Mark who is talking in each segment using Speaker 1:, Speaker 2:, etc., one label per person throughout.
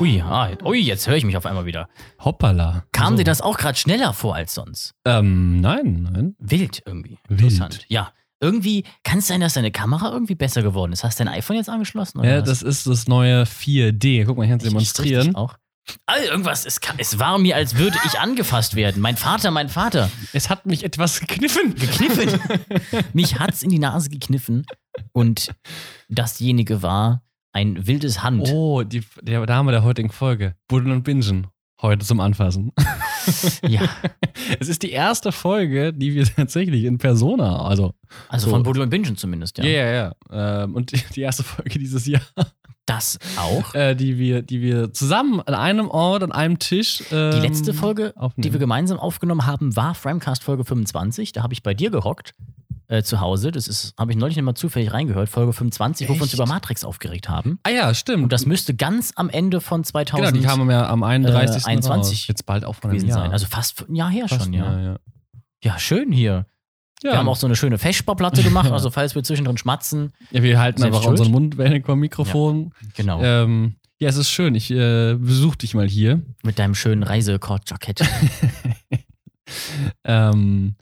Speaker 1: Ui, ah, ui jetzt höre ich mich auf einmal wieder.
Speaker 2: Hoppala.
Speaker 1: Kam
Speaker 2: So.
Speaker 1: dir das auch gerade schneller vor als sonst?
Speaker 2: Ähm, nein, nein.
Speaker 1: Wild irgendwie.
Speaker 2: Wild.
Speaker 1: Interessant. Ja. Irgendwie kann es sein, dass deine Kamera irgendwie besser geworden ist. Hast du dein iPhone jetzt angeschlossen? Oder
Speaker 2: Ja,
Speaker 1: was?
Speaker 2: das ist das neue 4D. Guck mal, ich kann
Speaker 1: Ich- ich-
Speaker 2: es
Speaker 1: ich-
Speaker 2: demonstrieren.
Speaker 1: ich Auch. Also irgendwas, es, kann, es war mir, als würde ich angefasst werden. Mein Vater, mein Vater.
Speaker 2: Es hat mich etwas gekniffen.
Speaker 1: Gekniffen. Mich hat's in die Nase gekniffen. Und dasjenige war ein wildes Hand.
Speaker 2: Oh, die, der Name der heutigen Folge. Buddeln und Bingen. Heute zum Anfassen. Oh.
Speaker 1: Ja,
Speaker 2: Es ist die erste Folge, die wir tatsächlich in Persona, also.
Speaker 1: also
Speaker 2: So.
Speaker 1: von Budel und Bingen zumindest, ja.
Speaker 2: ja, ja. Ähm, und die- die erste Folge dieses Jahr,
Speaker 1: Das auch.
Speaker 2: äh, die, wir, die wir zusammen an einem Ort, an einem Tisch.
Speaker 1: Die
Speaker 2: ähm,
Speaker 1: letzte Folge,
Speaker 2: aufnehmen.
Speaker 1: die wir gemeinsam aufgenommen haben, war Framecast Folge 25. Da habe ich bei dir gehockt. Äh, zu Hause, das ist, habe ich neulich nochmal zufällig reingehört, Folge 25, wo wir uns
Speaker 2: Echt?
Speaker 1: über Matrix aufgeregt haben.
Speaker 2: Ah, ja, stimmt.
Speaker 1: Und das müsste ganz am Ende von
Speaker 2: genau,
Speaker 1: 2000
Speaker 2: die kamen ja am 31.
Speaker 1: äh, 21
Speaker 2: raus. Jetzt bald auch von einem
Speaker 1: gewesen
Speaker 2: Jahr.
Speaker 1: sein. Also fast ein Jahr her
Speaker 2: Fast
Speaker 1: schon,
Speaker 2: ein
Speaker 1: ja.
Speaker 2: Jahr, ja.
Speaker 1: Ja, schön hier.
Speaker 2: Ja,
Speaker 1: Wir haben auch so eine schöne Feschsparplatte gemacht,
Speaker 2: Ja.
Speaker 1: also falls wir zwischendrin schmatzen.
Speaker 2: ja, wir halten
Speaker 1: Selbst
Speaker 2: einfach
Speaker 1: schuld.
Speaker 2: unseren Mund weg vom Mikrofon.
Speaker 1: Genau.
Speaker 2: Ja. Ähm, ja, es ist schön. Ich äh, besuche dich mal hier.
Speaker 1: Mit deinem schönen Reisekorbjackett.
Speaker 2: Ähm,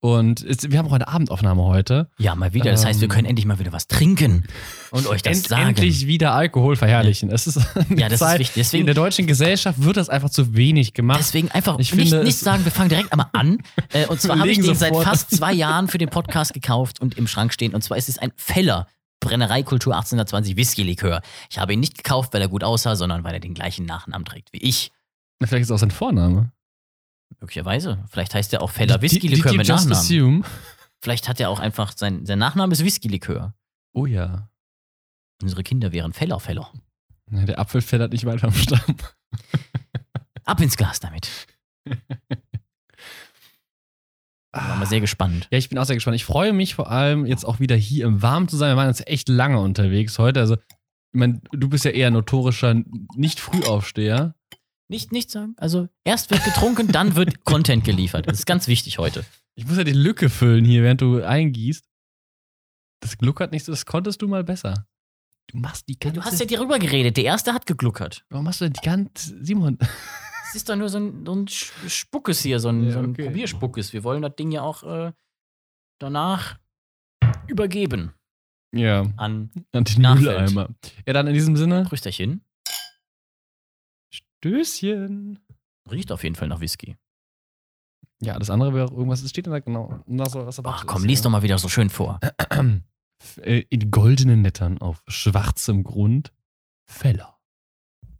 Speaker 2: und es, wir haben auch eine Abendaufnahme heute.
Speaker 1: Ja, mal wieder. Das heißt, wir
Speaker 2: Ähm.
Speaker 1: können endlich mal wieder was trinken und euch das
Speaker 2: End,
Speaker 1: sagen.
Speaker 2: Endlich wieder Alkohol verherrlichen. Es ist eine
Speaker 1: Ja, das ist
Speaker 2: Zeit,
Speaker 1: wichtig.
Speaker 2: in
Speaker 1: Deswegen,
Speaker 2: der deutschen Gesellschaft wird das einfach zu wenig gemacht.
Speaker 1: deswegen einfach
Speaker 2: Ich
Speaker 1: nicht,
Speaker 2: finde,
Speaker 1: nicht
Speaker 2: es-
Speaker 1: sagen, wir fangen direkt einmal an. Äh, und zwar habe ich
Speaker 2: Legen
Speaker 1: den seit
Speaker 2: sofort.
Speaker 1: fast zwei Jahren für den Podcast gekauft und im Schrank stehen. Und zwar ist es ein Feller. Brennereikultur 1820 Whisky-Likör. Ich habe ihn nicht gekauft, weil er gut aussah, sondern weil er den gleichen Nachnamen trägt wie ich.
Speaker 2: Vielleicht ist es auch sein Vorname.
Speaker 1: Möglicherweise. Vielleicht heißt er auch Feller Whisky-Likör
Speaker 2: Likör
Speaker 1: mit
Speaker 2: just
Speaker 1: Nachnamen.
Speaker 2: assume.
Speaker 1: Vielleicht hat er auch einfach sein, sein Nachname ist Whisky-Likör.
Speaker 2: Oh ja.
Speaker 1: Unsere Kinder wären Feller-Feller.
Speaker 2: Nee, Der Apfel fällert nicht weiter am Stamm.
Speaker 1: Ab ins Glas damit. Waren wir sehr gespannt.
Speaker 2: Ja, ich bin auch sehr gespannt. Ich freue mich vor allem jetzt auch wieder hier im Warmen zu sein. Wir waren jetzt echt lange unterwegs heute. Also, ich meine, du bist ja eher notorischer Nicht-Frühaufsteher.
Speaker 1: Nicht, nicht sagen. Also erst wird getrunken, dann wird Content geliefert. Das ist ganz wichtig heute.
Speaker 2: Ich muss ja die Lücke füllen hier, während du eingießt. Das gluckert nicht so, das konntest du mal besser. Du machst die ganze
Speaker 1: Du hast ja darüber geredet. Der erste hat gegluckert.
Speaker 2: Warum machst du denn die ganze. Simon.
Speaker 1: Es ist doch nur so ein, so ein Sch- Spuckes hier, so ein,
Speaker 2: Ja,
Speaker 1: so ein
Speaker 2: okay.
Speaker 1: Probierspuckes. Wir wollen das Ding ja auch äh, danach übergeben
Speaker 2: Ja,
Speaker 1: an
Speaker 2: an den
Speaker 1: Nachfeld.
Speaker 2: Mülleimer. Ja, dann in diesem Sinne.
Speaker 1: Prösterchen.
Speaker 2: Stößchen.
Speaker 1: Riecht auf jeden Fall nach Whisky.
Speaker 2: Ja, das andere wäre auch irgendwas. Es steht denn da genau. Na, so, was da
Speaker 1: Ach
Speaker 2: drauf
Speaker 1: komm,
Speaker 2: ist,
Speaker 1: lies
Speaker 2: ja.
Speaker 1: doch mal wieder so schön vor.
Speaker 2: Äh, in goldenen Lettern auf schwarzem Grund Feller.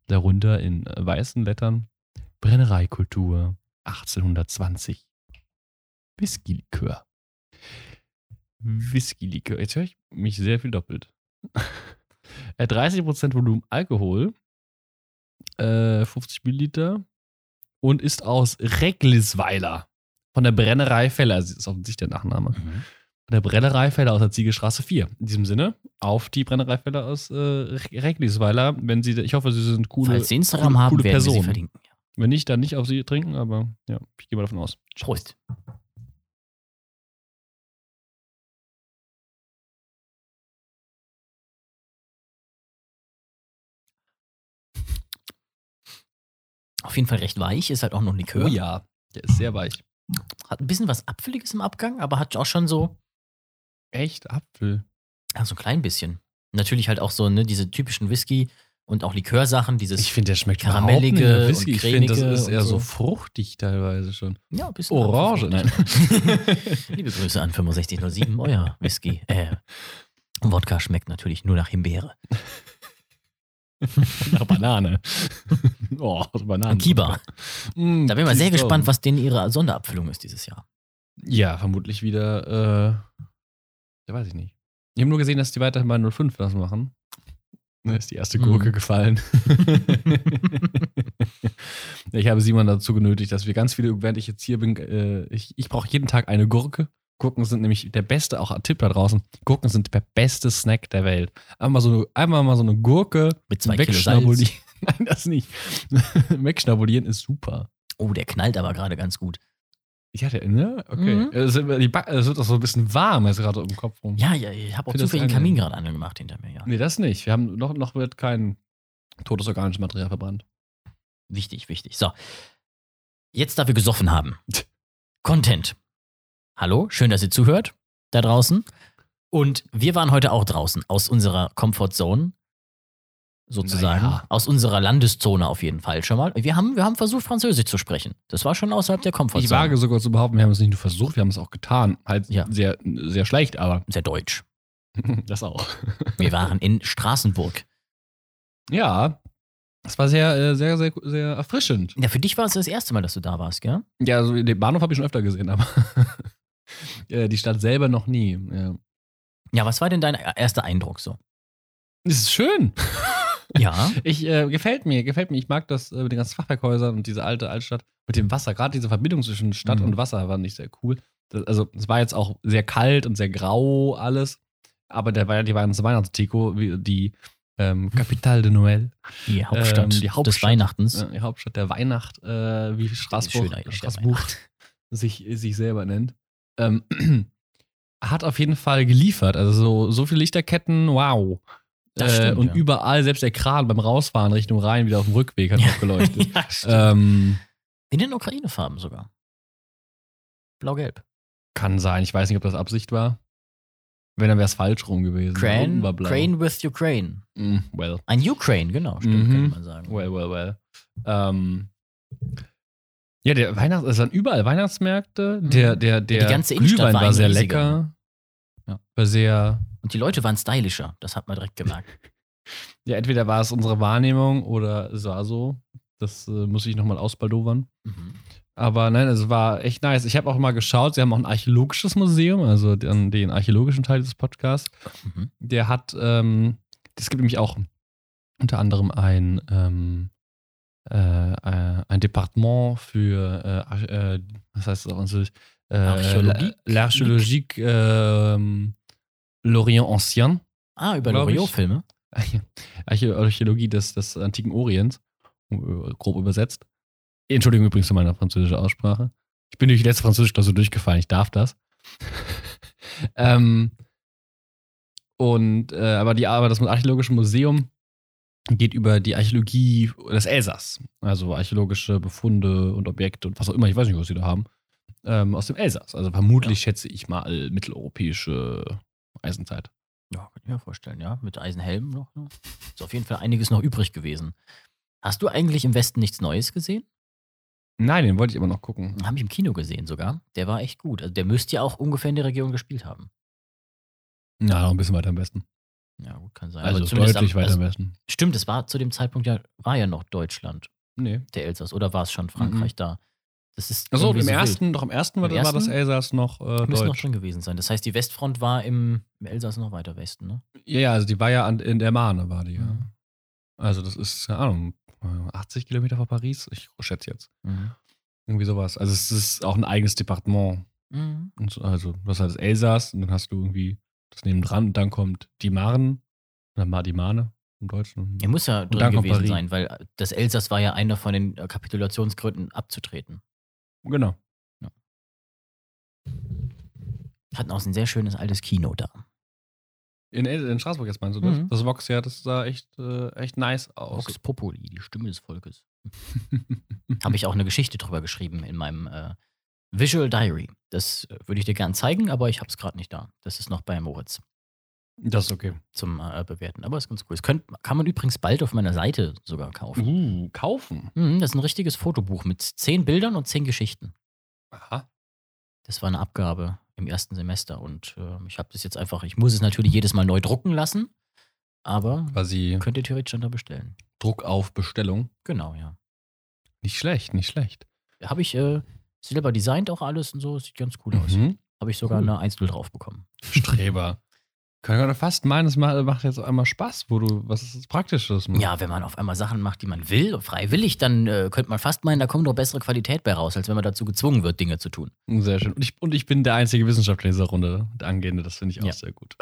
Speaker 2: Darunter in äh, weißen Lettern Brennereikultur 1820. Whisky-Likör. Whisky-Likör. Jetzt höre ich mich sehr viel doppelt. Äh, 30% Volumen Alkohol, äh, 50 Milliliter und ist aus Recklisweiler. Von der Brennerei Feller, Also, das ist offensichtlich der Nachname
Speaker 1: Mhm.
Speaker 2: der Brennereifäller aus der Ziegelstraße 4. In diesem Sinne, auf die Brennereifäller aus äh, Re- Recklisweiler. Wenn sie, ich hoffe, sie sind coole.
Speaker 1: Falls Sie Instagram
Speaker 2: coole-
Speaker 1: haben,
Speaker 2: coole
Speaker 1: werden wir
Speaker 2: Person.
Speaker 1: sie verlinken. Ja.
Speaker 2: Wenn nicht, dann nicht auf sie trinken, aber ja, ich gehe mal davon aus.
Speaker 1: Prost. Auf jeden Fall recht weich, ist halt auch noch ein Likör.
Speaker 2: Oh ja, der ist sehr weich.
Speaker 1: Hat ein bisschen was Apfeliges im Abgang, aber hat auch schon so,
Speaker 2: Echt Apfel.
Speaker 1: ja, so ein klein bisschen. Natürlich halt auch so, ne, diese typischen Whisky und auch Likörsachen, dieses.
Speaker 2: Ich finde, der schmeckt
Speaker 1: Karamellige
Speaker 2: überhaupt nicht nach Whisky.
Speaker 1: und
Speaker 2: Ich finde, das
Speaker 1: cremige
Speaker 2: ist
Speaker 1: und
Speaker 2: eher
Speaker 1: so.
Speaker 2: so fruchtig teilweise schon.
Speaker 1: ja, ein bisschen
Speaker 2: Orange, nein.
Speaker 1: Liebe Grüße an 6507, euer Whisky. Äh, Wodka schmeckt natürlich nur nach Himbeere.
Speaker 2: nach Banane. oh, Banane.
Speaker 1: Und Kiba.
Speaker 2: Mm,
Speaker 1: Da bin ich mal sehr
Speaker 2: Kiba.
Speaker 1: gespannt, was denn ihre Sonderabfüllung ist dieses Jahr.
Speaker 2: Ja, vermutlich wieder. Äh, ja, weiß ich nicht. Ich habe nur gesehen, dass die weiterhin bei 05 das machen. Da Ne, ist die erste
Speaker 1: Mhm.
Speaker 2: Gurke gefallen. Ja, ich habe Simon dazu genötigt, dass wir ganz viele, während ich jetzt hier bin, äh, ich, ich brauche jeden Tag eine Gurke. Gurken sind nämlich der beste, auch ein Tipp da draußen, Gurken sind der beste Snack der Welt. Einmal so, eine- einmal mal so eine Gurke
Speaker 1: Mit zwei Kilo
Speaker 2: wegschnabulieren.
Speaker 1: Salz.
Speaker 2: Nein, das nicht. wegschnabulieren ist super.
Speaker 1: Oh, der knallt aber gerade ganz gut.
Speaker 2: Ja, der, ne? Okay.
Speaker 1: Mhm.
Speaker 2: Es, wird- die Back- es wird auch so ein bisschen warm jetzt gerade im Kopf rum.
Speaker 1: Ja, ja, ich habe auch
Speaker 2: Für das
Speaker 1: zufällig einen Kamin
Speaker 2: angenehm.
Speaker 1: gerade angemacht hinter mir. Ja.
Speaker 2: Nee, das nicht. Wir haben noch, noch wird kein Totes organisches Material verbrannt.
Speaker 1: Wichtig, wichtig. So. Jetzt, da wir gesoffen haben. Content. Hallo, schön, dass ihr zuhört da draußen. Und wir waren heute auch draußen aus unserer Comfort Zone. Sozusagen.
Speaker 2: Naja.
Speaker 1: Aus unserer Landeszone auf jeden Fall schon mal. Wir haben, wir haben versucht, Französisch zu sprechen. Das war schon außerhalb der Comfort
Speaker 2: Ich
Speaker 1: Zone.
Speaker 2: wage sogar zu behaupten, wir haben es nicht nur versucht, wir haben es auch getan. Halt
Speaker 1: Ja.
Speaker 2: sehr, sehr schlecht, aber
Speaker 1: Sehr deutsch.
Speaker 2: das auch.
Speaker 1: Wir waren in Straßenburg.
Speaker 2: Ja, es war sehr, äh, sehr, sehr, sehr erfrischend.
Speaker 1: Ja, für dich war es das erste Mal, dass du da warst, gell?
Speaker 2: Ja, also den Bahnhof habe ich schon öfter gesehen, aber äh, die Stadt selber noch nie. Ja.
Speaker 1: Ja, was war denn dein e-, erster Eindruck so?
Speaker 2: Es ist schön.
Speaker 1: Ja.
Speaker 2: Ich, äh, gefällt mir, gefällt mir. Ich mag das äh, mit den ganzen Fachwerkhäusern und diese alte Altstadt mit dem Wasser. Gerade diese Verbindung zwischen Stadt
Speaker 1: Mhm.
Speaker 2: und Wasser war nicht sehr cool. Das, also, es war jetzt auch sehr kalt und sehr grau alles. Aber der war ja die Weihnachts Weihnachtstico, wie- die ähm, Capitale de Noël,
Speaker 1: Die Hauptstadt,
Speaker 2: Ähm, die
Speaker 1: des
Speaker 2: Hauptstadt.
Speaker 1: Weihnachtens.
Speaker 2: äh, die Hauptstadt der Weihnacht, äh, wie Straßburg,
Speaker 1: Schöner- der
Speaker 2: Straßburg sich, sich selber nennt. Ähm, hat auf jeden Fall geliefert. Also, so, so viele Lichterketten, wow.
Speaker 1: Das stimmt,
Speaker 2: äh, und
Speaker 1: ja.
Speaker 2: überall, selbst der Kran beim Rausfahren Richtung Rhein, wieder auf dem Rückweg, hat noch geleuchtet.
Speaker 1: ja, stimmt.
Speaker 2: Ähm,
Speaker 1: In den Ukraine-Farben sogar. Blau-Gelb.
Speaker 2: kann sein. Ich weiß nicht, ob das Absicht war. Wenn, dann wäre es falsch rum gewesen.
Speaker 1: Crane,
Speaker 2: Oben war blau.
Speaker 1: Crane with Ukraine.
Speaker 2: Mm, well,
Speaker 1: Ein Ukraine, genau, stimmt,
Speaker 2: Mhm.
Speaker 1: könnte man sagen.
Speaker 2: well, well, well. Ähm, ja, der Weihnachts-, es waren überall Weihnachtsmärkte. Der, der, der
Speaker 1: Mhm. ganze Innenstadt
Speaker 2: Glühwein
Speaker 1: war
Speaker 2: war,
Speaker 1: ein
Speaker 2: sehr
Speaker 1: riesiger.
Speaker 2: lecker.
Speaker 1: Ja.
Speaker 2: War sehr.
Speaker 1: Und die Leute waren stylischer, das hat man direkt gemerkt.
Speaker 2: Ja, entweder war es unsere Wahrnehmung oder es war so. Das äh, muss ich nochmal ausbaldowern.
Speaker 1: mhm.
Speaker 2: Aber nein, es war echt nice. Ich habe auch mal geschaut, sie haben auch ein archäologisches Museum, also den, den archäologischen Teil des Podcasts.
Speaker 1: Mhm.
Speaker 2: Der hat, ähm, es gibt nämlich auch unter anderem ein, ähm, äh, äh, ein Departement für, äh, Arch- äh, was heißt das auf Französisch? Äh,
Speaker 1: Archäologie?
Speaker 2: L'Archäologique ähm, L'Orient Ancien.
Speaker 1: Ah, über
Speaker 2: Glaub ich.
Speaker 1: Loriot-Filme.
Speaker 2: Archä- Archäologie des, des antiken Orients, äh, grob übersetzt. Entschuldigung übrigens für meine französische Aussprache. Ich bin durch die letzte französische Klausur durchgefallen, ich darf das. ähm, und äh, aber die aber das archäologische Museum geht über die Archäologie des Elsass, also archäologische Befunde und Objekte und was auch immer, ich weiß nicht, was sie da haben, ähm, aus dem Elsass. Also vermutlich schätze ich mal mitteleuropäische Eisenzeit.
Speaker 1: Ja, kann ich mir vorstellen, ja. Mit Eisenhelmen noch. Ne? Ist auf jeden Fall einiges noch übrig gewesen. Hast du eigentlich im Westen nichts Neues gesehen?
Speaker 2: Nein, den wollte ich aber noch gucken.
Speaker 1: Habe ich im Kino gesehen sogar. Der war echt gut. Also der müsste ja auch ungefähr in der Region gespielt haben.
Speaker 2: Ja, noch ein bisschen weiter am besten.
Speaker 1: Ja, gut, kann sein.
Speaker 2: Also
Speaker 1: zumindest
Speaker 2: deutlich
Speaker 1: am-
Speaker 2: weiter am
Speaker 1: also,
Speaker 2: besten.
Speaker 1: Stimmt, es war zu dem Zeitpunkt ja, war ja noch Deutschland,
Speaker 2: Nee.
Speaker 1: der Elsass, oder war es schon Frankreich
Speaker 2: Mhm.
Speaker 1: da? Das ist
Speaker 2: Achso,
Speaker 1: irgendwie
Speaker 2: im
Speaker 1: so wild.
Speaker 2: ersten, doch im ersten war,
Speaker 1: Im
Speaker 2: war das
Speaker 1: ersten?
Speaker 2: Elsass noch äh,
Speaker 1: Müssen noch
Speaker 2: deutsch.
Speaker 1: drin gewesen sein. Das heißt, die Westfront war im, im Elsass noch weiter Westen, ne?
Speaker 2: Ja, ja, also die war ja an, in der Marne, war die ja.
Speaker 1: Mhm.
Speaker 2: Also das ist, keine Ahnung, 80 Kilometer vor Paris, ich schätze jetzt.
Speaker 1: Mhm.
Speaker 2: Irgendwie sowas. Also es ist auch ein eigenes Departement.
Speaker 1: Mhm.
Speaker 2: Und so, also du hast halt das Elsass und dann hast du irgendwie das nebendran und dann kommt die Marne. Dann war die Marne im Deutschen.
Speaker 1: Er muss ja drin
Speaker 2: dann kommt
Speaker 1: gewesen
Speaker 2: Paris.
Speaker 1: sein, weil das Elsass war ja einer von den äh, Kapitulationsgründen abzutreten.
Speaker 2: Genau.
Speaker 1: Wir hatten auch ein sehr schönes altes Kino da.
Speaker 2: In, El in Straßburg jetzt meinst du das?
Speaker 1: Mhm.
Speaker 2: Das Vox, ja, das sah echt, äh, echt nice aus.
Speaker 1: Vox Populi, die Stimme des Volkes. Habe ich auch eine Geschichte drüber geschrieben in meinem äh, Visual Diary. Das äh, würde ich dir gern zeigen, aber ich habe es gerade nicht da. Das ist noch bei Moritz
Speaker 2: Das ist okay.
Speaker 1: zum äh, Bewerten. Aber ist ganz cool. Das könnt, kann man übrigens bald auf meiner Seite sogar kaufen.
Speaker 2: Uh, kaufen.
Speaker 1: Mhm, das ist ein richtiges Fotobuch mit zehn Bildern und zehn Geschichten.
Speaker 2: Aha.
Speaker 1: Das war eine Abgabe im ersten Semester und äh, ich habe das jetzt einfach, ich muss es natürlich jedes Mal neu drucken lassen, aber
Speaker 2: Quasi
Speaker 1: könnt ihr theoretisch schon da bestellen.
Speaker 2: Druck auf Bestellung.
Speaker 1: Genau, ja.
Speaker 2: Nicht schlecht, nicht schlecht.
Speaker 1: Habe ich äh, selber designt auch alles und so, sieht ganz cool aus.
Speaker 2: Mhm.
Speaker 1: Habe ich sogar
Speaker 2: Cool.
Speaker 1: eine Einzel drauf bekommen.
Speaker 2: Streber. Kann man fast meinen, es macht macht jetzt auf einmal Spaß, wo du was Praktisches machst.
Speaker 1: Ja, wenn man auf einmal Sachen macht, die man will, freiwillig, dann äh, könnte man fast meinen, da kommt doch bessere Qualität bei raus, als wenn man dazu gezwungen wird, Dinge zu tun.
Speaker 2: Sehr schön. Und ich, und ich bin der einzige Wissenschaftler in dieser Runde. Der Angehende, das finde ich auch
Speaker 1: Ja.
Speaker 2: sehr gut.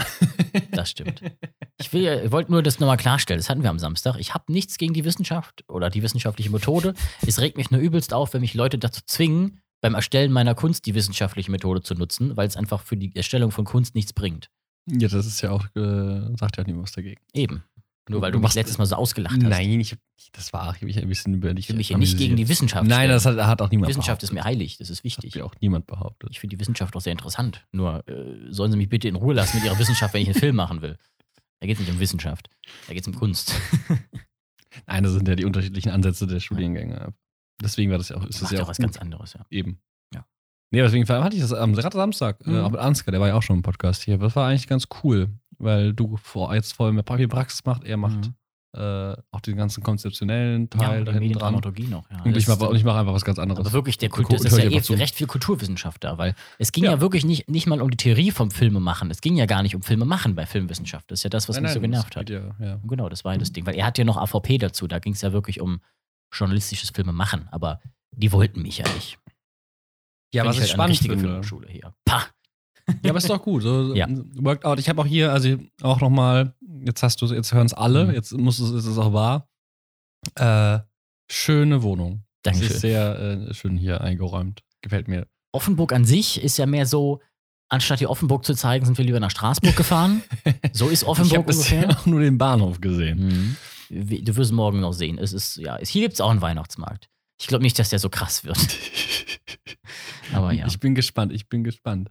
Speaker 1: Das stimmt. Ich will ja- ich wollte nur das nochmal klarstellen, das hatten wir am Samstag. Ich habe nichts gegen die Wissenschaft oder die wissenschaftliche Methode. Es regt mich nur übelst auf, wenn mich Leute dazu zwingen, beim Erstellen meiner Kunst die wissenschaftliche Methode zu nutzen, weil es einfach für die Erstellung von Kunst nichts bringt.
Speaker 2: Ja, das ist ja auch, äh, sagt ja auch niemand was dagegen.
Speaker 1: Eben. Nur weil
Speaker 2: Du
Speaker 1: du mich
Speaker 2: machst-
Speaker 1: letztes Mal so ausgelacht hast.
Speaker 2: Nein, ich, das war, ich habe mich ein bisschen über dich.
Speaker 1: Ich will mich hier nicht gegen die Wissenschaft
Speaker 2: Nein,
Speaker 1: stellen.
Speaker 2: das hat, hat auch
Speaker 1: die
Speaker 2: niemand
Speaker 1: Wissenschaft ist
Speaker 2: behauptet.
Speaker 1: mir heilig, das ist
Speaker 2: Das hat
Speaker 1: wichtig.
Speaker 2: mir auch niemand behauptet.
Speaker 1: Ich finde die Wissenschaft auch sehr interessant. Nur äh, sollen sie mich bitte in Ruhe lassen mit ihrer Wissenschaft, wenn ich einen Film machen will. Da geht es nicht um Wissenschaft, da geht es um Kunst.
Speaker 2: Nein, das sind ja die unterschiedlichen Ansätze der Studiengänge. Deswegen war das ja auch,
Speaker 1: Das
Speaker 2: ist das
Speaker 1: macht
Speaker 2: ja
Speaker 1: ja
Speaker 2: auch
Speaker 1: auch was
Speaker 2: gut.
Speaker 1: ganz anderes, ja.
Speaker 2: Eben.
Speaker 1: Ja.
Speaker 2: Nee, deswegen vor allem hatte ich das am gerade Samstag,
Speaker 1: Mhm.
Speaker 2: äh, auch mit Ansgar, der war ja auch schon im Podcast hier. Das war eigentlich ganz cool, weil du vor, jetzt voll mehr viel Praxis macht, er macht
Speaker 1: Mhm.
Speaker 2: äh, auch den ganzen konzeptionellen
Speaker 1: Ja, und
Speaker 2: Teil da
Speaker 1: die
Speaker 2: hinten dran.
Speaker 1: Mediendramaturgie noch. Ja.
Speaker 2: Und ich,
Speaker 1: Das-
Speaker 2: mache, und ich mache einfach was ganz anderes.
Speaker 1: aber wirklich, der Kult,
Speaker 2: Gu-
Speaker 1: das
Speaker 2: ich
Speaker 1: ist
Speaker 2: höre
Speaker 1: ja
Speaker 2: dir
Speaker 1: eh
Speaker 2: einfach zu.
Speaker 1: recht viel Kulturwissenschaft da, weil es ging ja,
Speaker 2: Ja.
Speaker 1: wirklich nicht, nicht mal um die Theorie vom Filme machen. Es ging ja gar nicht um Filme machen bei Filmwissenschaft. Das ist ja das, was
Speaker 2: Nein,
Speaker 1: mich so
Speaker 2: nein, das
Speaker 1: genervt hat.
Speaker 2: geht Ja, ja.
Speaker 1: Genau, das war ja das
Speaker 2: Mhm.
Speaker 1: Ding. Weil er hat ja noch AVP dazu. Da ging es ja wirklich um journalistisches Filme machen. Aber die wollten mich ja nicht.
Speaker 2: ja
Speaker 1: Wenn
Speaker 2: was
Speaker 1: ich
Speaker 2: ich
Speaker 1: halt an
Speaker 2: spannend
Speaker 1: richtige
Speaker 2: finde.
Speaker 1: Filmschule hier. Pah.
Speaker 2: Ja, aber ist doch gut. So,
Speaker 1: Ja.
Speaker 2: Worked out. Ich habe auch hier, also auch nochmal, jetzt hast du jetzt hören es alle,
Speaker 1: Mhm.
Speaker 2: jetzt muss es, ist es auch wahr. Äh, schöne Wohnung. Es ist
Speaker 1: Dankeschön.
Speaker 2: sehr äh, schön hier eingeräumt. Gefällt mir.
Speaker 1: Offenburg an sich ist ja mehr so, anstatt die Offenburg zu zeigen, sind wir lieber nach Straßburg gefahren. so ist
Speaker 2: ich
Speaker 1: Offenburg
Speaker 2: habe bisher
Speaker 1: ungefähr.
Speaker 2: auch nur den Bahnhof gesehen.
Speaker 1: Mhm. Wie- Du wirst morgen noch sehen. Es ist, ja, es, hier gibt es auch einen Weihnachtsmarkt. Ich glaube nicht, dass der so krass wird. Aber ja.
Speaker 2: Ich bin gespannt, ich bin gespannt.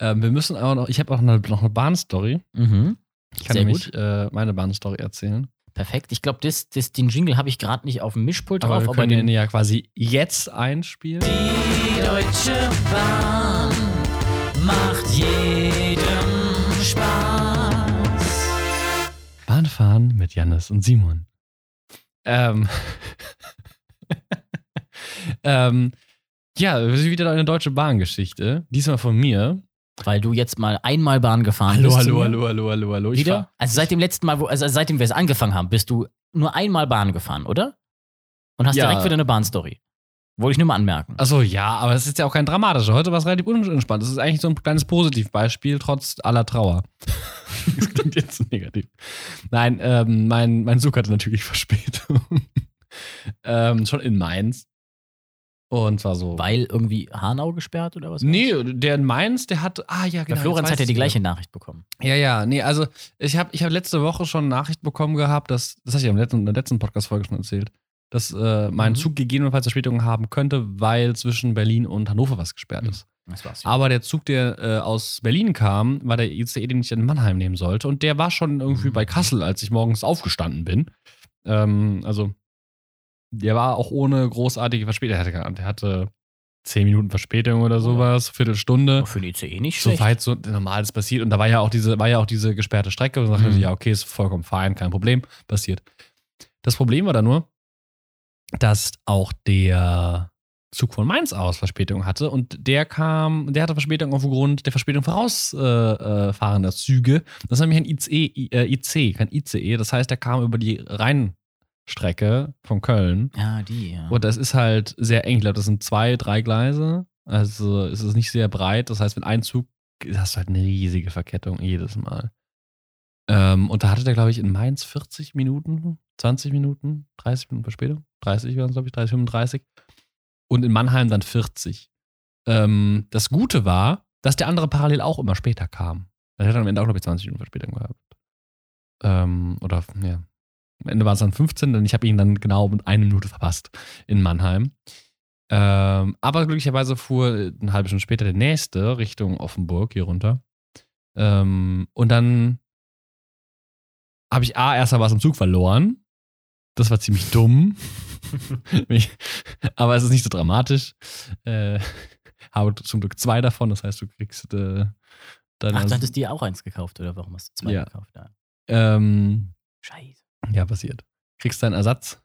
Speaker 2: Ähm, wir müssen aber noch, ich habe auch noch noch eine Bahnstory.
Speaker 1: Mhm.
Speaker 2: Ich kann
Speaker 1: Sehr
Speaker 2: nämlich äh, meine Bahnstory erzählen.
Speaker 1: Perfekt. Ich glaube, das, das, den Jingle habe ich gerade nicht auf dem Mischpult
Speaker 2: Aber
Speaker 1: drauf,
Speaker 2: wir
Speaker 1: aber
Speaker 2: können den
Speaker 1: den,
Speaker 2: ja quasi jetzt einspielen.
Speaker 1: Die Deutsche Bahn macht jedem Spaß.
Speaker 2: Bahnfahren mit Jannis und Simon. Ähm. ähm. Ja, das ist wieder eine deutsche Bahngeschichte. Diesmal von mir.
Speaker 1: Weil du jetzt mal einmal Bahn gefahren bist. zu mir.
Speaker 2: hallo, hallo, hallo. Ich
Speaker 1: Wieder?
Speaker 2: war,
Speaker 1: Also seit dem letzten Mal, wo, also seitdem wir es angefangen haben, bist du nur einmal Bahn gefahren, oder? Und hast
Speaker 2: Ja. Also-
Speaker 1: direkt wieder eine Bahnstory. Wollte ich nur mal anmerken.
Speaker 2: achso, ja, aber es ist ja auch kein dramatischer. Heute war es relativ unentspannt. Das ist eigentlich so ein kleines Positivbeispiel, trotz aller Trauer. das klingt jetzt so negativ. Nein, ähm, mein, mein Zug hatte natürlich Verspätung. ähm, schon in Mainz. Und zwar so.
Speaker 1: Weil irgendwie Hanau gesperrt oder was?
Speaker 2: Nee, der in Mainz, der hat. Ah, ja,
Speaker 1: Der
Speaker 2: genau.
Speaker 1: Florenz
Speaker 2: jetzt
Speaker 1: hat ja
Speaker 2: weiß
Speaker 1: die
Speaker 2: ich's
Speaker 1: gleiche Nachricht bekommen.
Speaker 2: wieder. Ja, ja, nee, also ich habe ich hab letzte Woche schon Nachricht bekommen gehabt, dass, das hatte ich ja im letzten, in der letzten Podcast-Folge schon erzählt, dass äh, mein
Speaker 1: Mhm.
Speaker 2: Zug gegebenenfalls Verspätungen haben könnte, weil zwischen Berlin und Hannover was gesperrt
Speaker 1: Mhm.
Speaker 2: ist.
Speaker 1: Das war's.
Speaker 2: Aber der Zug, der äh, aus Berlin kam, war der ICE, den ich in Mannheim nehmen sollte. Und der war schon irgendwie
Speaker 1: Mhm.
Speaker 2: bei Kassel, als ich morgens aufgestanden bin. Ähm, also, der war auch ohne großartige Verspätung. Der hatte, gar- der hatte zehn Minuten Verspätung oder sowas, Viertelstunde.
Speaker 1: Aber Oh, für die ICE nicht
Speaker 2: So
Speaker 1: schlecht.
Speaker 2: weit so normales passiert. Und da war ja auch diese, war ja auch diese gesperrte Strecke. Und da dachte
Speaker 1: Mhm.
Speaker 2: ich, ja, okay, ist vollkommen fein, kein Problem, passiert. Das Problem war dann nur, dass auch der Zug von Mainz aus Verspätung hatte und der kam, der hatte Verspätung aufgrund der Verspätung vorausfahrender äh, äh, fahrender Züge. Das ist nämlich ein ICE, I- äh, IC, kein ICE. Das heißt, der kam über die Rheinstrecke von Köln.
Speaker 1: Ja, die, ja.
Speaker 2: Und das ist halt sehr eng. Ich glaube, das sind zwei, drei Gleise. Also es ist nicht sehr breit. Das heißt, wenn ein Zug, hast du halt eine riesige Verkettung jedes Mal. Ähm, und da hatte der, glaube ich, in Mainz 40 Minuten, 20 Minuten, 30 Minuten Verspätung. 30 waren es, glaube ich, 30, 35. Und in Mannheim dann 40. Ähm, das Gute war, dass der andere parallel auch immer später kam. Er hat er am Ende auch, glaube ich, 20 Minuten Verspätung gehabt. Ähm, oder, ja. Am Ende waren es dann 15, denn ich habe ihn dann genau mit einer Minute verpasst in Mannheim. Ähm, aber glücklicherweise fuhr äh, eine halbe Stunde später der nächste Richtung Offenburg hier runter. Ähm, und dann habe ich A, erstmal was im Zug verloren. Das war ziemlich dumm. Mich- aber es ist nicht so dramatisch. Äh, habe zum Glück zwei davon, das heißt, du kriegst äh, dann.
Speaker 1: Ach, du hattest dir auch eins gekauft, oder warum hast du zwei
Speaker 2: also Ja.
Speaker 1: gekauft? Ja.
Speaker 2: ähm,
Speaker 1: Scheiße.
Speaker 2: Ja, passiert. Kriegst deinen Ersatz.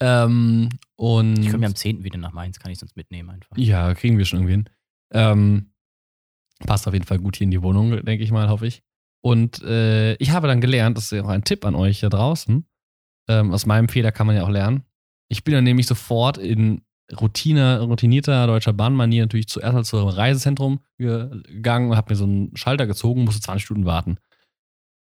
Speaker 2: ähm, und
Speaker 1: Ich komme ja am 10. wieder nach Mainz, kann ich sonst mitnehmen einfach.
Speaker 2: ja, kriegen wir schon irgendwie hin. Ähm, passt auf jeden Fall gut hier in die Wohnung, denke ich mal, hoffe ich. Und äh, ich habe dann gelernt, das ist ja auch ein Tipp an euch da draußen. Ähm, aus meinem Fehler kann man ja auch lernen. Ich bin dann nämlich sofort in Routine, routinierter deutscher Bahnmanier natürlich zuerst mal zu einem Reisezentrum gegangen und habe mir so einen Schalter gezogen, musste 20 Stunden warten.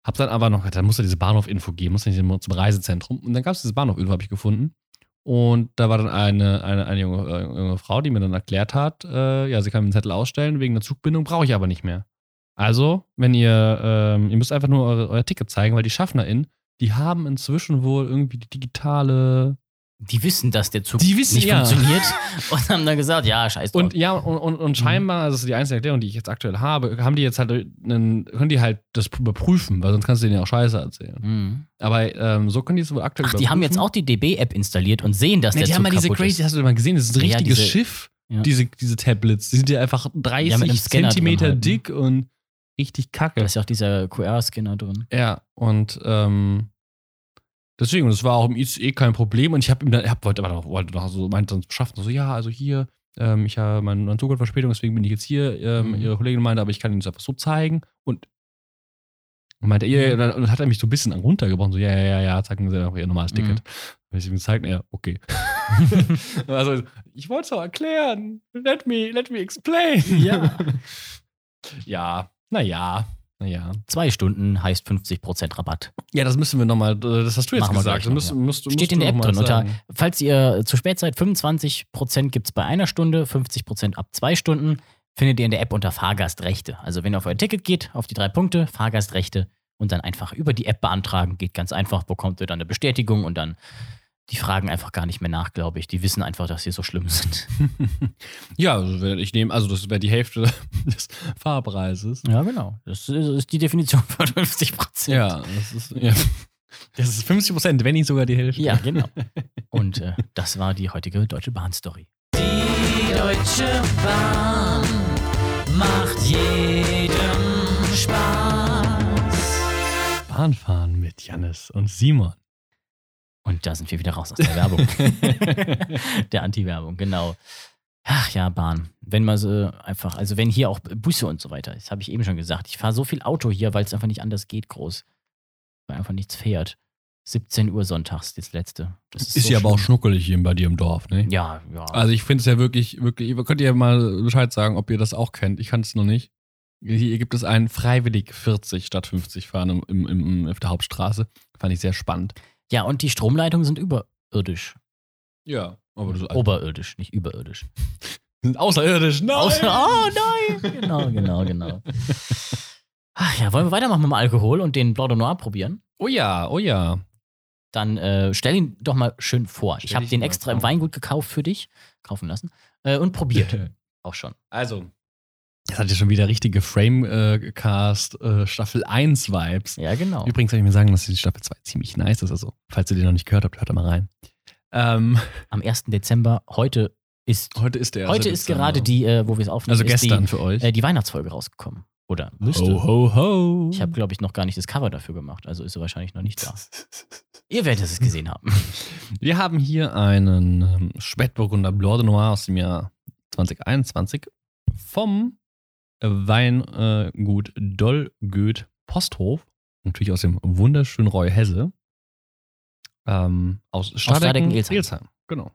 Speaker 2: Hab dann aber noch, dann musste diese Bahnhof-Info geben, musste nicht immer zum Reisezentrum. Und dann gab es diese Bahnhof-Info, habe ich gefunden. Und da war dann eine, eine, eine junge, äh, junge Frau, die mir dann erklärt hat, äh, ja, sie kann mir einen Zettel ausstellen, wegen der Zugbindung brauche ich aber nicht mehr. Also, wenn ihr, ähm, ihr müsst einfach nur eure, euer Ticket zeigen, weil die SchaffnerInnen die haben inzwischen wohl irgendwie die digitale
Speaker 1: Die wissen, dass der Zug
Speaker 2: Die wissen,
Speaker 1: nicht
Speaker 2: ja.
Speaker 1: funktioniert und haben dann gesagt, ja, scheiß drauf.
Speaker 2: Und ja, und, und,
Speaker 1: Mhm.
Speaker 2: und scheinbar, das ist die einzige Erklärung, die ich jetzt aktuell habe, haben die jetzt halt einen, können die halt das überprüfen, weil sonst kannst du denen ja auch Scheiße erzählen.
Speaker 1: Mhm.
Speaker 2: Aber ähm, so können die es wohl aktuell
Speaker 1: Ach, die haben jetzt auch die DB-App installiert und sehen, dass
Speaker 2: Ne,
Speaker 1: der
Speaker 2: die
Speaker 1: Zug
Speaker 2: haben mhm. ja diese
Speaker 1: kaputt
Speaker 2: crazy,
Speaker 1: ist.
Speaker 2: hast du mal gesehen, das ist ein
Speaker 1: Ja,
Speaker 2: richtiges
Speaker 1: diese-
Speaker 2: Schiff,
Speaker 1: ja.
Speaker 2: diese, diese Tablets. Die sind ja einfach 30
Speaker 1: einem Scanner drin
Speaker 2: Zentimeter
Speaker 1: halt, ne?
Speaker 2: dick und richtig kacke.
Speaker 1: Da ist ja auch dieser QR-Scanner drin.
Speaker 2: Ja, und ähm, deswegen, und es war auch im ICE kein Problem. Und ich habe ihm dann, hab, wollte aber noch, wollte noch so, meinte dann schaffen, so, ja, also hier, ähm, ich habe mein, mein Zug hat Verspätung, deswegen bin ich jetzt hier. Ähm,
Speaker 1: Mhm.
Speaker 2: Ihre Kollegin meinte, aber ich kann Ihnen das einfach so zeigen. Und und meinte ihr,
Speaker 1: Mhm.
Speaker 2: und dann und hat er mich so ein bisschen runtergebrochen, so, ja, ja, ja, ja, zeigen Sie doch Ihr normales
Speaker 1: Mhm.
Speaker 2: Ticket. Hab ich ihm gezeigt, ja, okay. also, ich wollte es doch erklären. Let me, let me explain.
Speaker 1: Ja.
Speaker 2: ja, naja, naja.
Speaker 1: Zwei Stunden heißt 50% Rabatt.
Speaker 2: Ja, das müssen wir nochmal, das hast du jetzt
Speaker 1: Machen wir
Speaker 2: gesagt.
Speaker 1: gleich noch,
Speaker 2: Das
Speaker 1: ja.
Speaker 2: musst, musst,
Speaker 1: Steht
Speaker 2: musst
Speaker 1: in der
Speaker 2: du
Speaker 1: App
Speaker 2: noch
Speaker 1: drin.
Speaker 2: mal
Speaker 1: Unter,
Speaker 2: sagen.
Speaker 1: falls ihr zu spät seid, 25% gibt es bei einer Stunde, 50% ab zwei Stunden. Findet ihr in der App unter Fahrgastrechte. Also wenn ihr auf euer Ticket geht, auf die drei Punkte, Fahrgastrechte und dann einfach über die App beantragen. Geht ganz einfach, bekommt ihr dann eine Bestätigung und dann die fragen einfach gar nicht mehr nach, glaube ich. Die wissen einfach, dass sie so schlimm sind.
Speaker 2: Ja, also wär- ich nehme, also das wäre die Hälfte des Fahrpreises.
Speaker 1: Ja, genau. Das ist, ist die Definition von 50%.
Speaker 2: Ja, das ist, ja. Das ist 50 Prozent, wenn nicht sogar die Hälfte.
Speaker 1: Ja, genau. Und äh, das war die heutige Deutsche Bahn Story. Die Deutsche Bahn macht jedem Spaß.
Speaker 2: Bahnfahren mit Jannis und Simon.
Speaker 1: Und da sind wir wieder raus aus der Werbung. der Anti-Werbung, genau. Ach ja, Bahn. Wenn man so einfach, also wenn hier auch Busse und so weiter, das habe ich eben schon gesagt. Ich fahre so viel Auto hier, weil es einfach nicht anders geht, groß. Weil einfach nichts fährt. 17 Uhr sonntags, das letzte. Das
Speaker 2: Ist
Speaker 1: so
Speaker 2: ja aber auch
Speaker 1: schlimm.
Speaker 2: schnuckelig hier bei dir im Dorf, ne?
Speaker 1: Ja, ja.
Speaker 2: Also ich finde es ja wirklich, wirklich, ihr könnt ihr mal Bescheid sagen, ob ihr das auch kennt. Ich kann es noch nicht. Hier gibt es einen freiwillig 40 statt 50 fahren im, im, im, auf der Hauptstraße. Fand ich sehr spannend.
Speaker 1: Ja, und die Stromleitungen sind überirdisch.
Speaker 2: Ja, aber das ist
Speaker 1: Oberirdisch, nicht überirdisch.
Speaker 2: sind außerirdisch. Nein!
Speaker 1: Außer, oh nein! Genau, genau, genau. Ach ja, wollen wir weitermachen mit dem Alkohol und den Blanc de Noir probieren?
Speaker 2: Oh ja, oh ja.
Speaker 1: Dann äh, stell ihn doch mal schön vor. ich
Speaker 2: Stell
Speaker 1: habe
Speaker 2: dich
Speaker 1: den
Speaker 2: mal
Speaker 1: extra
Speaker 2: vor.
Speaker 1: im Weingut gekauft für dich, kaufen lassen äh, und probiert auch schon.
Speaker 2: Also. Das hat ja schon wieder richtige Framecast äh, Staffel 1 Vibes.
Speaker 1: Ja, genau.
Speaker 2: Übrigens soll ich mir sagen, dass die Staffel 2 ziemlich nice ist. Also, falls ihr den noch nicht gehört habt, hört da mal rein. Ähm,
Speaker 1: Am 1. Dezember, heute ist,
Speaker 2: heute ist der erste
Speaker 1: heute ist
Speaker 2: Dezember.
Speaker 1: gerade die, äh, wo wir es aufnehmen,
Speaker 2: Also
Speaker 1: ist
Speaker 2: gestern Oh.
Speaker 1: Die,
Speaker 2: für euch.
Speaker 1: äh, die Weihnachtsfolge rausgekommen. Oder müsste.
Speaker 2: ho, ho, ho.
Speaker 1: Ich habe, glaube ich, noch gar nicht das Cover dafür gemacht, also ist er wahrscheinlich noch nicht da. Ihr werdet es gesehen haben.
Speaker 2: Wir haben hier einen ähm, Spätburgunder Blanc de Noir aus dem Jahr 2021 vom Weingut Dollgöth Posthof. Natürlich aus dem wunderschönen Roy Hesse. Ähm, aus Stadecken,
Speaker 1: Stadecken-Ilsheim.
Speaker 2: Ilsheim. Genau.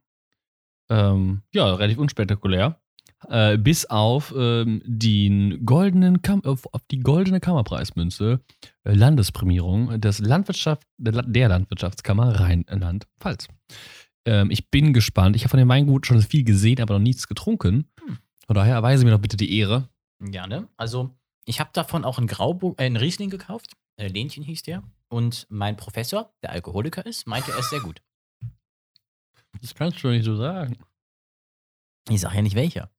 Speaker 2: Ähm, ja, relativ unspektakulär. Äh, bis auf ähm, den goldenen Kam äh, auf, auf die goldene Kammerpreismünze äh, Landesprämierung des Landwirtschaft der, La- der Landwirtschaftskammer Rheinland-Pfalz. Ähm, ich bin gespannt. Ich habe von dem Weingut schon viel gesehen, aber noch nichts getrunken.
Speaker 1: Hm.
Speaker 2: Von daher erweise mir doch bitte die Ehre.
Speaker 1: Gerne. Also, ich habe davon auch einen, Grauburg, äh, einen Riesling gekauft. Äh, Lenchen hieß der. Und mein Professor, der Alkoholiker ist, meinte, er ist sehr gut.
Speaker 2: Das kannst du nicht so sagen.
Speaker 1: Ich sage ja nicht welcher.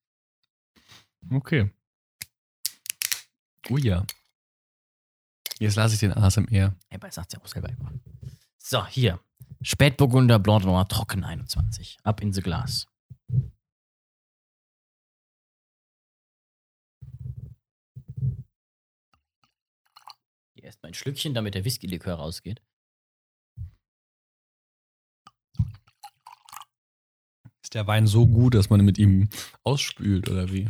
Speaker 2: Okay. Oh ja. Jetzt lasse ich den ASMR.
Speaker 1: Aber er sagt ja auch selber immer. So, hier. Spätburgunder Blanc de Noir Trocken 21. Ab in the Glas. Hier erst mal ein Schlückchen, damit der Whisky-Likör rausgeht.
Speaker 2: Ist der Wein so gut, dass man mit ihm ausspült oder wie?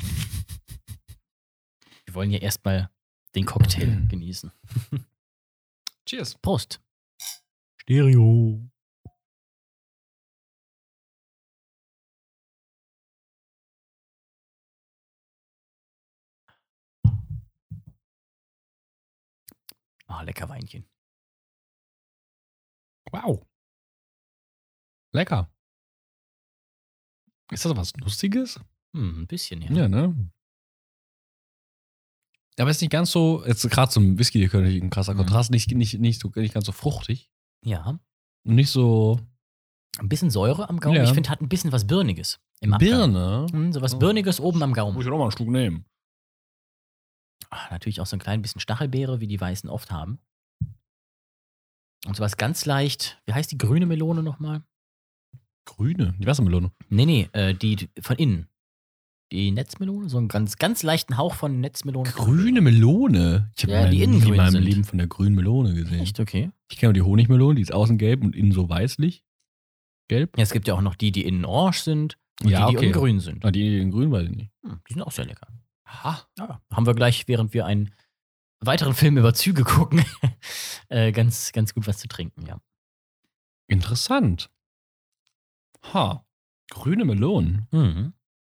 Speaker 1: Wir wollen ja erstmal den Cocktail genießen.
Speaker 2: Cheers.
Speaker 1: Prost.
Speaker 2: Stereo.
Speaker 1: Ah, lecker Weinchen.
Speaker 2: Wow. Lecker. Ist das was Lustiges?
Speaker 1: Hm, ein bisschen, ja.
Speaker 2: ne? Aber ist nicht ganz so, jetzt gerade zum Whisky, hier könnte ich ein krasser
Speaker 1: Mhm.
Speaker 2: Kontrast, nicht, nicht, nicht, so, nicht ganz so fruchtig.
Speaker 1: Ja.
Speaker 2: Und nicht so
Speaker 1: Ein bisschen Säure am Gaumen.
Speaker 2: Ja.
Speaker 1: Ich finde, hat ein bisschen was Birniges im Abgang.
Speaker 2: Birne.
Speaker 1: Hm, so was
Speaker 2: Oh.
Speaker 1: Birniges oben am
Speaker 2: Ah, Muss
Speaker 1: Gaumen.
Speaker 2: ich nochmal einen Schluck nehmen.
Speaker 1: Ah, natürlich auch so ein klein bisschen Stachelbeere, wie die Weißen oft haben. Und so was ganz leicht. Wie heißt die grüne Melone nochmal?
Speaker 2: Grüne, die Wassermelone.
Speaker 1: Nee, nee, äh, die von innen. Die Netzmelone, so einen ganz, ganz leichten Hauch von Netzmelone.
Speaker 2: Grüne Melone? Ich habe
Speaker 1: Ja, die
Speaker 2: nie
Speaker 1: innen grün
Speaker 2: in meinem
Speaker 1: sind.
Speaker 2: Leben von der grünen Melone gesehen.
Speaker 1: Echt okay.
Speaker 2: Ich kenne nur die Honigmelone, die ist außen gelb und innen so weißlich. Gelb?
Speaker 1: Ja, es gibt ja auch noch die, die innen orange sind und
Speaker 2: Ja,
Speaker 1: die, die
Speaker 2: okay.
Speaker 1: ungrün sind.
Speaker 2: Ah, die in grün weiß ich nicht.
Speaker 1: Hm, die sind auch sehr lecker.
Speaker 2: Aha.
Speaker 1: Ja, haben wir gleich, während wir einen weiteren Film über Züge gucken, äh, ganz, ganz gut was zu trinken, ja.
Speaker 2: Interessant. Ha. Grüne Melonen.
Speaker 1: Mhm.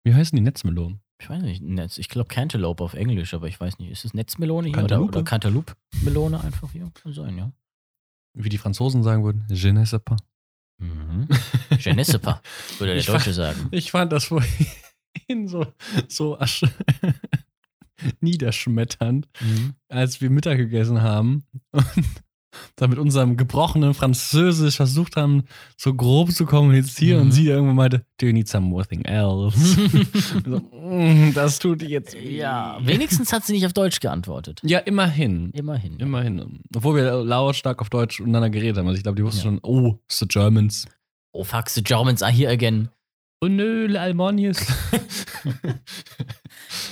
Speaker 2: Wie heißen die Netzmelonen?
Speaker 1: Ich weiß nicht, Netz, ich glaube Cantaloupe auf Englisch, aber ich weiß nicht, ist es Netzmelone hier
Speaker 2: Cantaloupe?
Speaker 1: oder, oder Cantaloupe-Melone einfach hier? Kann sein, ja.
Speaker 2: Wie die Franzosen sagen würden, je ne sais pas.
Speaker 1: Mhm. Genessipa, würde der
Speaker 2: Ich
Speaker 1: Deutsche sagen.
Speaker 2: Ich fand das vorhin so, so asch- niederschmetternd,
Speaker 1: Mhm.
Speaker 2: als wir Mittag gegessen haben und dann mit unserem gebrochenen Französisch versucht haben, so grob zu kommunizieren
Speaker 1: Mhm.
Speaker 2: und sie irgendwann meinte, do you need something else? so, "Mm, das tut jetzt weh."
Speaker 1: ja, wenigstens hat sie nicht auf Deutsch geantwortet.
Speaker 2: Ja, immerhin.
Speaker 1: Immerhin.
Speaker 2: Immerhin. Obwohl wir lautstark auf Deutsch miteinander geredet haben. Also ich glaube, die wussten
Speaker 1: Ja.
Speaker 2: schon, oh, it's the Germans.
Speaker 1: Oh fuck, the Germans are here again.
Speaker 2: Oh nö, Almonius.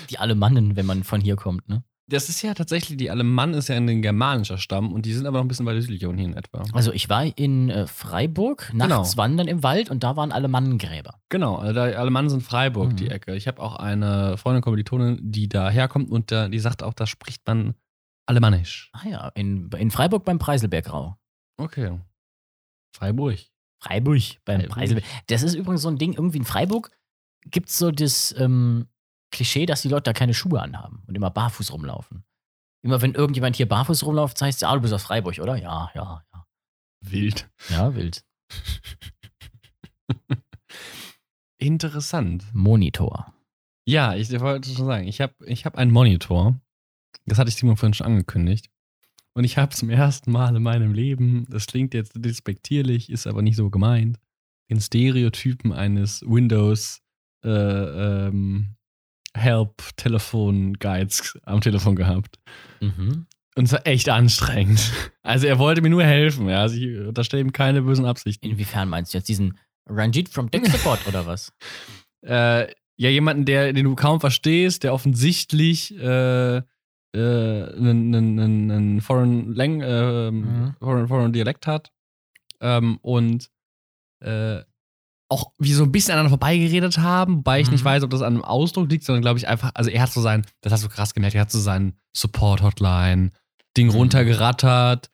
Speaker 1: Die Alemannen, wenn man von hier kommt, ne?
Speaker 2: Das ist ja tatsächlich, die Alemannen ist ja ein germanischer Stamm und die sind aber noch ein bisschen weiter südlicher und hier in etwa.
Speaker 1: Also ich war in äh, Freiburg, nachts
Speaker 2: Genau.
Speaker 1: wandern im Wald und da waren Alemannengräber.
Speaker 2: Genau, also da- die Alemannen sind Freiburg,
Speaker 1: Mhm.
Speaker 2: die Ecke. Ich habe auch eine Freundin, Kommilitonin, die da herkommt und da, die sagt auch, da spricht man Alemannisch.
Speaker 1: Ah ja, in, in Freiburg beim Preiselbergrau.
Speaker 2: Okay. Freiburg.
Speaker 1: Freiburg beim
Speaker 2: Freiburg.
Speaker 1: Preiselberg. Das ist übrigens so ein Ding, irgendwie in Freiburg gibt es so das ähm, Klischee, dass die Leute da keine Schuhe anhaben und immer barfuß rumlaufen. Immer wenn irgendjemand hier barfuß rumläuft, heißt es, ja, ah, du bist aus Freiburg, oder? Ja, ja, ja.
Speaker 2: Wild.
Speaker 1: Ja, wild.
Speaker 2: Interessant.
Speaker 1: Monitor.
Speaker 2: Ja, ich wollte schon sagen, ich habe ich hab einen Monitor. Das hatte ich Simon vorhin schon angekündigt. Und ich habe zum ersten Mal in meinem Leben, das klingt jetzt despektierlich, ist aber nicht so gemeint, den Stereotypen eines Windows äh, ähm, Help-Telefon-Guides am Telefon gehabt.
Speaker 1: Mhm.
Speaker 2: Und es war echt anstrengend. Also er wollte mir nur helfen. Ja? Also ich unterstelle ihm keine bösen Absichten.
Speaker 1: Inwiefern meinst du jetzt diesen Ranjit from Tech Support oder was?
Speaker 2: äh, ja, jemanden, der, den du kaum verstehst, der offensichtlich äh, äh, einen, einen, einen, einen foreign, Lang ähm,
Speaker 1: Mhm.
Speaker 2: foreign, foreign Dialekt hat ähm, und äh, auch wie so ein bisschen aneinander vorbeigeredet haben, wobei ich nicht
Speaker 1: Mhm.
Speaker 2: weiß, ob das an einem Ausdruck liegt, sondern glaube ich einfach, also er hat so sein, das hast du krass gemerkt, er hat so seinen Support-Hotline-Ding
Speaker 1: Mhm.
Speaker 2: runtergerattert.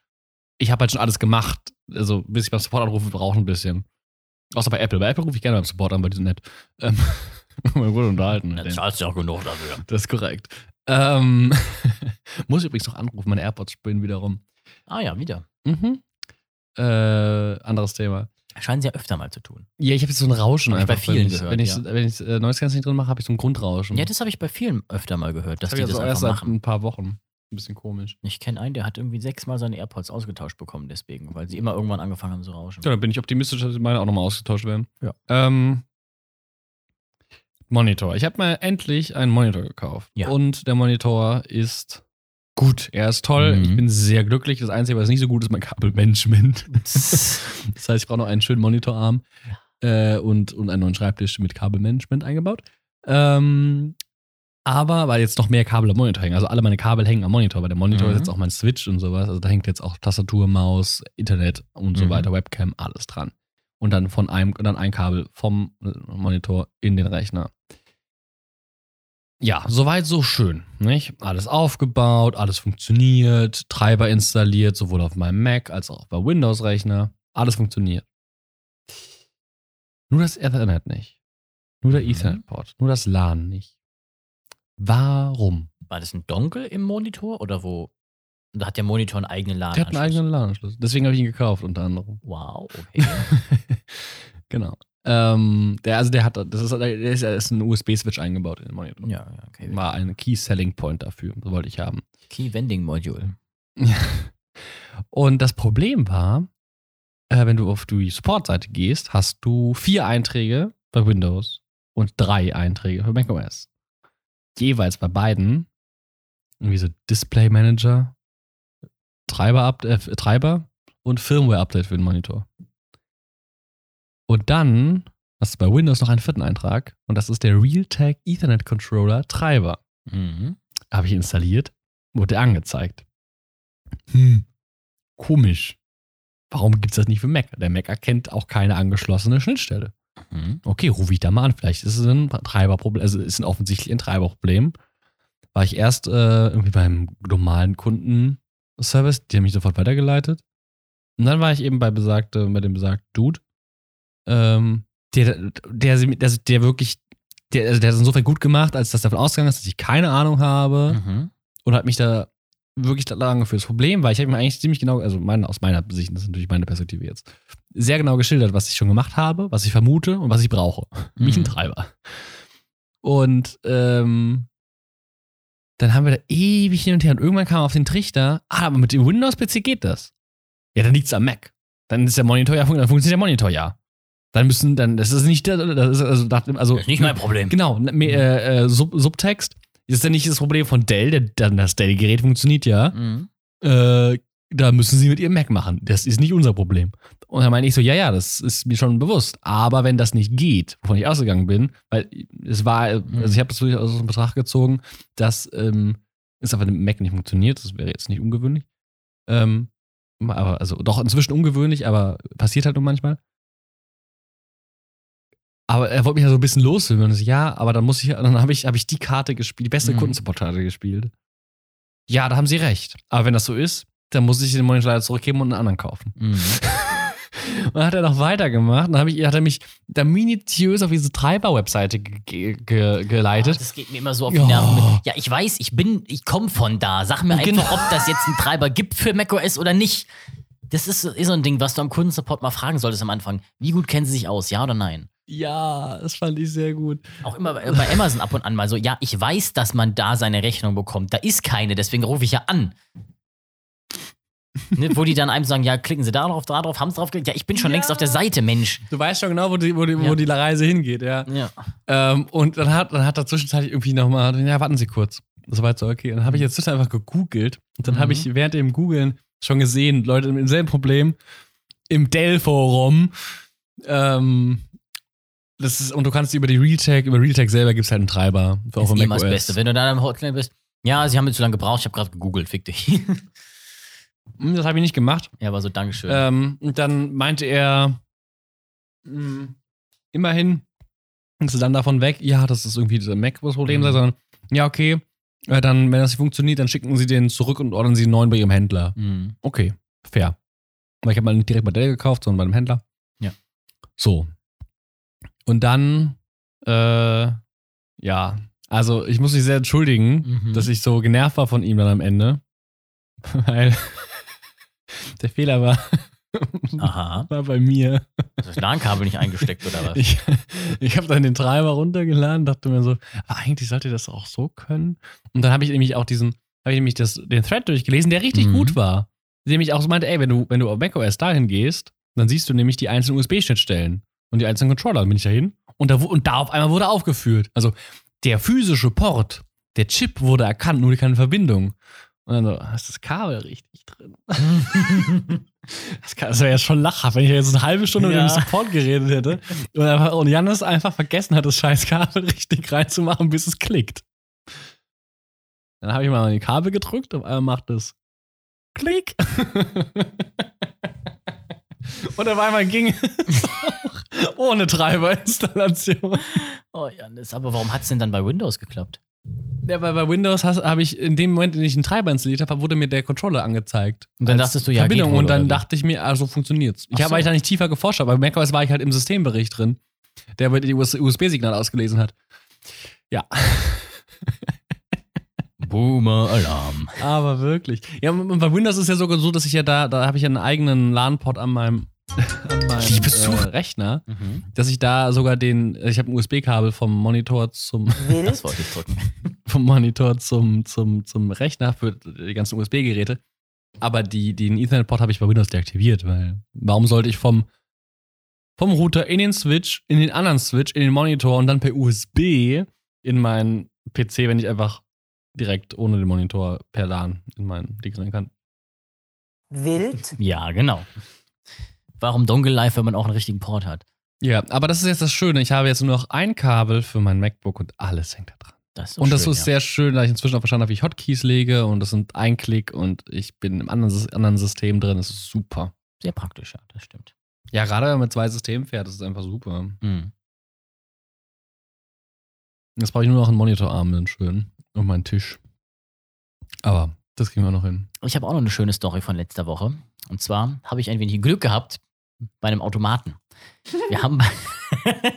Speaker 2: Ich habe halt schon alles gemacht, also bis ich beim Support anrufe, brauche ein bisschen. Außer bei Apple. Bei Apple rufe ich gerne beim Support an, weil die sind nett. Ähm, man wurde unterhalten. mit
Speaker 1: Dann
Speaker 2: denen.
Speaker 1: zahlst du auch genug dafür.
Speaker 2: Das ist korrekt. Ähm, muss ich übrigens noch anrufen, meine AirPods spinnen wiederum.
Speaker 1: Ah ja, wieder.
Speaker 2: Mhm. Äh, anderes Thema.
Speaker 1: Scheinen sie ja öfter mal zu tun.
Speaker 2: Ja, ich habe jetzt so ein Rauschen
Speaker 1: Hab ich
Speaker 2: einfach.
Speaker 1: bei vielen
Speaker 2: wenn ich,
Speaker 1: gehört, ja.
Speaker 2: wenn ich, wenn ich äh, neues Ganze nicht drin mache, habe ich so ein Grundrauschen.
Speaker 1: Ja, das habe ich bei vielen öfter mal gehört, dass
Speaker 2: das hab
Speaker 1: die
Speaker 2: ich
Speaker 1: das
Speaker 2: also
Speaker 1: einfach
Speaker 2: erst seit
Speaker 1: machen.
Speaker 2: ein paar Wochen. Ein bisschen komisch.
Speaker 1: Ich kenne einen, der hat irgendwie sechsmal seine AirPods ausgetauscht bekommen, deswegen, weil sie immer irgendwann angefangen haben zu rauschen.
Speaker 2: Ja, dann bin ich optimistisch, dass meine auch nochmal ausgetauscht werden.
Speaker 1: Ja.
Speaker 2: Ähm, Monitor. Ich habe mal endlich einen Monitor gekauft.
Speaker 1: Ja.
Speaker 2: Und der Monitor ist gut. Er ist toll.
Speaker 1: Mhm.
Speaker 2: Ich bin sehr glücklich. Das Einzige, was nicht so gut ist, mein Kabelmanagement.
Speaker 1: Psst.
Speaker 2: Das heißt, ich brauche noch einen schönen Monitorarm äh, und, und einen neuen Schreibtisch mit Kabelmanagement eingebaut. Ähm, aber weil jetzt noch mehr Kabel am Monitor hängen. Also alle meine Kabel hängen am Monitor, weil der Monitor
Speaker 1: Mhm.
Speaker 2: ist jetzt auch mein Switch und sowas. Also da hängt jetzt auch Tastatur, Maus, Internet und so
Speaker 1: Mhm.
Speaker 2: weiter, Webcam, alles dran. Und dann von einem, und dann ein Kabel vom Monitor in den Rechner. Ja, soweit so schön, nicht? Alles aufgebaut, alles funktioniert, Treiber installiert, sowohl auf meinem Mac als auch bei Windows-Rechner. Alles funktioniert. Nur das Ethernet nicht. Nur der
Speaker 1: Mhm.
Speaker 2: Ethernet-Port. Nur das LAN nicht. Warum?
Speaker 1: War das ein Dongle im Monitor oder wo? Da hat der Monitor einen eigenen Laden.
Speaker 2: Der hat einen eigenen LAN-Anschluss. Deswegen habe ich ihn gekauft, unter anderem.
Speaker 1: Wow, okay.
Speaker 2: genau. Ähm, der, also der hat, das ist, der ist, der ist ein USB-Switch eingebaut in den Monitor.
Speaker 1: ja, ja, okay.
Speaker 2: War ein Key-Selling-Point dafür. Das wollte ich haben.
Speaker 1: Key Vending Module.
Speaker 2: Und das Problem war, Äh, wenn du auf die Support-Seite gehst, hast du vier Einträge bei Windows und drei Einträge für macOS. Jeweils bei beiden irgendwie so Display Manager, Treiber, Up- äh, Treiber und Firmware Update für den Monitor. Und dann hast du bei Windows noch einen vierten Eintrag und das ist der Realtek Ethernet Controller Treiber
Speaker 1: Mhm.
Speaker 2: habe ich installiert, wurde er angezeigt. Hm, komisch. Warum gibt es das nicht für Mac? Der Mac erkennt auch keine angeschlossene Schnittstelle.
Speaker 1: Mhm.
Speaker 2: Okay, rufe ich da mal an. Vielleicht ist es ein Treiberproblem, also ist ein offensichtlich ein Treiberproblem. War ich erst äh, irgendwie beim normalen Kundenservice, die haben mich sofort weitergeleitet. Und dann war ich eben bei besagte, bei dem besagten Dude, ähm, der, der, der, der, der wirklich, der, also der hat es insofern gut gemacht, als dass davon ausgegangen ist, dass ich keine Ahnung habe
Speaker 1: Mhm.
Speaker 2: und hat mich da wirklich lange für das Problem, weil ich habe mir eigentlich ziemlich genau, also meine, aus meiner Sicht, das ist natürlich meine Perspektive jetzt, sehr genau geschildert, was ich schon gemacht habe, was ich vermute und was ich brauche. Mich ein
Speaker 1: Mhm.
Speaker 2: Treiber. Und ähm, dann haben wir da ewig hin und her und irgendwann kam auf den Trichter, ah, aber mit dem Windows-PC geht das. Ja, dann liegt's am Mac. Dann ist der Monitor ja, fun- dann funktioniert der Monitor ja. Dann müssen, dann, das ist nicht, das ist, also, nach dem- also
Speaker 1: Das ist nicht mein Problem.
Speaker 2: Genau, ne- me- äh, äh, Sub Subtext. Ist ja nicht das Problem von Dell, der, dann das Dell-Gerät funktioniert ja.
Speaker 1: Mhm.
Speaker 2: Äh, da müssen sie mit ihrem Mac machen. Das ist nicht unser Problem. Und da meine ich so, ja, ja, das ist mir schon bewusst. Aber wenn das nicht geht, wovon ich ausgegangen bin, weil es war, also ich habe das durchaus in Betracht gezogen, dass ähm, es auf dem Mac nicht funktioniert, das wäre jetzt nicht ungewöhnlich. Ähm, aber, also doch inzwischen ungewöhnlich, aber passiert halt nur manchmal. Aber er wollte mich ja so ein bisschen losführen. Und ich so, ja, aber dann muss ich, dann habe ich, habe ich die Karte gespielt, die beste
Speaker 1: Mhm.
Speaker 2: Kundensupport-Karte gespielt. Ja, da haben sie recht. Aber wenn das so ist, dann muss ich den Monitor leider zurückgeben und einen anderen kaufen.
Speaker 1: Mhm.
Speaker 2: Und dann hat er noch weitergemacht. Und dann habe ich, hat er mich da minutiös auf diese Treiber-Webseite ge ge
Speaker 1: Ah,
Speaker 2: geleitet.
Speaker 1: das geht mir immer so auf die
Speaker 2: Ja.
Speaker 1: Nerven. mit. Ja, ich weiß, ich bin, ich komme von da. Sag mir
Speaker 2: Genau.
Speaker 1: einfach, ob das jetzt einen Treiber gibt für macOS oder nicht. Das ist, ist so ein Ding, was du am Kundensupport mal fragen solltest am Anfang. Wie gut kennen sie sich aus, ja oder nein?
Speaker 2: Ja, das fand ich sehr gut.
Speaker 1: Auch immer bei bei Amazon ab und an mal so, ja, ich weiß, dass man da seine Rechnung bekommt. Da ist keine, deswegen rufe ich ja an. ne, wo die dann einem sagen, ja, klicken sie da drauf, da drauf, haben sie drauf geklickt. Ja, ich bin schon
Speaker 2: Ja.
Speaker 1: längst auf der Seite, Mensch.
Speaker 2: Du weißt schon genau, wo die, wo die, wo
Speaker 1: Ja.
Speaker 2: die Reise hingeht, ja.
Speaker 1: Ja.
Speaker 2: Ähm, und dann hat, dann hat er zwischenzeitlich irgendwie nochmal, ja, warten Sie kurz. Das war jetzt so, okay. Dann habe ich jetzt zwischendurch einfach gegoogelt und dann
Speaker 1: Mhm.
Speaker 2: habe ich während dem Googeln schon gesehen, Leute mit demselben Problem im Dell-Forum. Ähm, das ist, und du kannst über die Realtek, über Realtek selber gibt es halt einen Treiber für
Speaker 1: Ist
Speaker 2: auf dem
Speaker 1: immer das
Speaker 2: macOS.
Speaker 1: Beste. Wenn du da am Hotline bist, ja, sie haben mir zu lange gebraucht, ich habe gerade gegoogelt, fick dich.
Speaker 2: Hm, Das habe ich nicht gemacht.
Speaker 1: ja, aber so, Dankeschön.
Speaker 2: Ähm, und dann meinte er, mh, immerhin ist er dann davon weg, ja, das ist irgendwie das Mac, was das Problem sei,
Speaker 1: Mhm.
Speaker 2: sondern, ja, okay, äh, dann, wenn das nicht funktioniert, dann schicken sie den zurück und ordern sie einen neuen bei ihrem Händler.
Speaker 1: Mhm.
Speaker 2: Okay, fair. Weil ich habe mal nicht direkt bei Dell gekauft, sondern bei dem Händler.
Speaker 1: Ja.
Speaker 2: So. Und dann, äh, ja, also ich muss mich sehr entschuldigen,
Speaker 1: Mhm.
Speaker 2: dass ich so genervt war von ihm dann am Ende. Weil der Fehler war,
Speaker 1: Aha.
Speaker 2: war bei mir.
Speaker 1: Ist das LAN-Kabel nicht eingesteckt oder was?
Speaker 2: Ich, ich habe dann den Treiber runtergeladen, dachte mir so, "Ah, eigentlich sollte das auch so können. Und dann habe ich nämlich auch diesen, habe ich nämlich das, den Thread durchgelesen, der richtig
Speaker 1: Mhm.
Speaker 2: gut war. Der nämlich auch so meinte, ey, wenn du, wenn du auf macOS dahin gehst, dann siehst du nämlich die einzelnen USB-Schnittstellen und die einzelnen Controller. Dann bin ich da hin und da, wu- und da auf einmal wurde aufgeführt. Also der physische Port, der Chip wurde erkannt, nur keine Verbindung. Und dann so, "Ah, ist das Kabel richtig drin? Das, kann- das wäre jetzt schon lachhaft, wenn ich jetzt eine halbe Stunde
Speaker 1: Ja.
Speaker 2: mit dem Support geredet hätte und, einfach, und Janis einfach vergessen hat, das scheiß Kabel richtig reinzumachen, bis es klickt. Dann habe ich mal an die Kabel gedrückt und er macht es Klick. und auf einmal ging es auch ohne Treiberinstallation.
Speaker 1: oh, Janis, aber warum hat es denn dann bei Windows geklappt?
Speaker 2: Ja, weil bei Windows habe ich in dem Moment, in dem ich einen Treiber installiert habe, wurde mir der Controller angezeigt.
Speaker 1: Und dann
Speaker 2: Als
Speaker 1: dachtest du, ja,
Speaker 2: Verbindung.
Speaker 1: geht wohl,
Speaker 2: und dann
Speaker 1: oder wie?
Speaker 2: dachte ich mir, also funktioniert's. Ich
Speaker 1: Ach
Speaker 2: habe
Speaker 1: so.
Speaker 2: eigentlich da nicht tiefer geforscht, aber bei macOS war ich halt im Systembericht drin, der mir die USB-Signal ausgelesen hat.
Speaker 1: Boomer Alarm.
Speaker 2: Aber wirklich. Ja, und bei Windows ist ja sogar so, dass ich ja da, da habe ich ja einen eigenen LAN-Port an meinem, an meinem
Speaker 1: Liebes
Speaker 2: äh,
Speaker 1: Zuhörer.
Speaker 2: Rechner,
Speaker 1: Mhm.
Speaker 2: dass ich da sogar den, ich habe ein USB-Kabel vom Monitor zum
Speaker 1: Das wollte ich drücken.
Speaker 2: vom Monitor zum, zum, zum Rechner für die ganzen USB-Geräte. Aber die, den Ethernet-Port habe ich bei Windows deaktiviert, weil warum sollte ich vom, vom Router in den Switch, in den anderen Switch, in den Monitor und dann per USB in meinen PC, wenn ich einfach direkt ohne den Monitor per LAN in meinen Ding rein kann.
Speaker 3: Wild?
Speaker 1: Ja, genau. Warum Dongle Live, wenn man auch einen richtigen Port hat?
Speaker 2: Ja, aber das ist jetzt das Schöne. Ich habe jetzt nur noch ein Kabel für mein MacBook und alles hängt da dran.
Speaker 1: Das ist doch
Speaker 2: und das
Speaker 1: schön,
Speaker 2: ist
Speaker 1: ja.
Speaker 2: sehr schön, da ich inzwischen auch verstanden habe, wie ich Hotkeys lege und das sind ein Klick und ich bin im anderen, Sys- anderen System drin. Das ist super.
Speaker 1: sehr praktisch, ja, das stimmt.
Speaker 2: Ja, gerade wenn man mit zwei Systemen fährt, das ist einfach super.
Speaker 1: Mhm.
Speaker 2: Jetzt brauche ich nur noch einen Monitorarm, dann schön. Und meinen Tisch. Aber das kriegen wir noch hin.
Speaker 1: Ich habe auch noch eine schöne Story von letzter Woche. Und zwar habe ich ein wenig Glück gehabt bei einem Automaten. Wir haben bei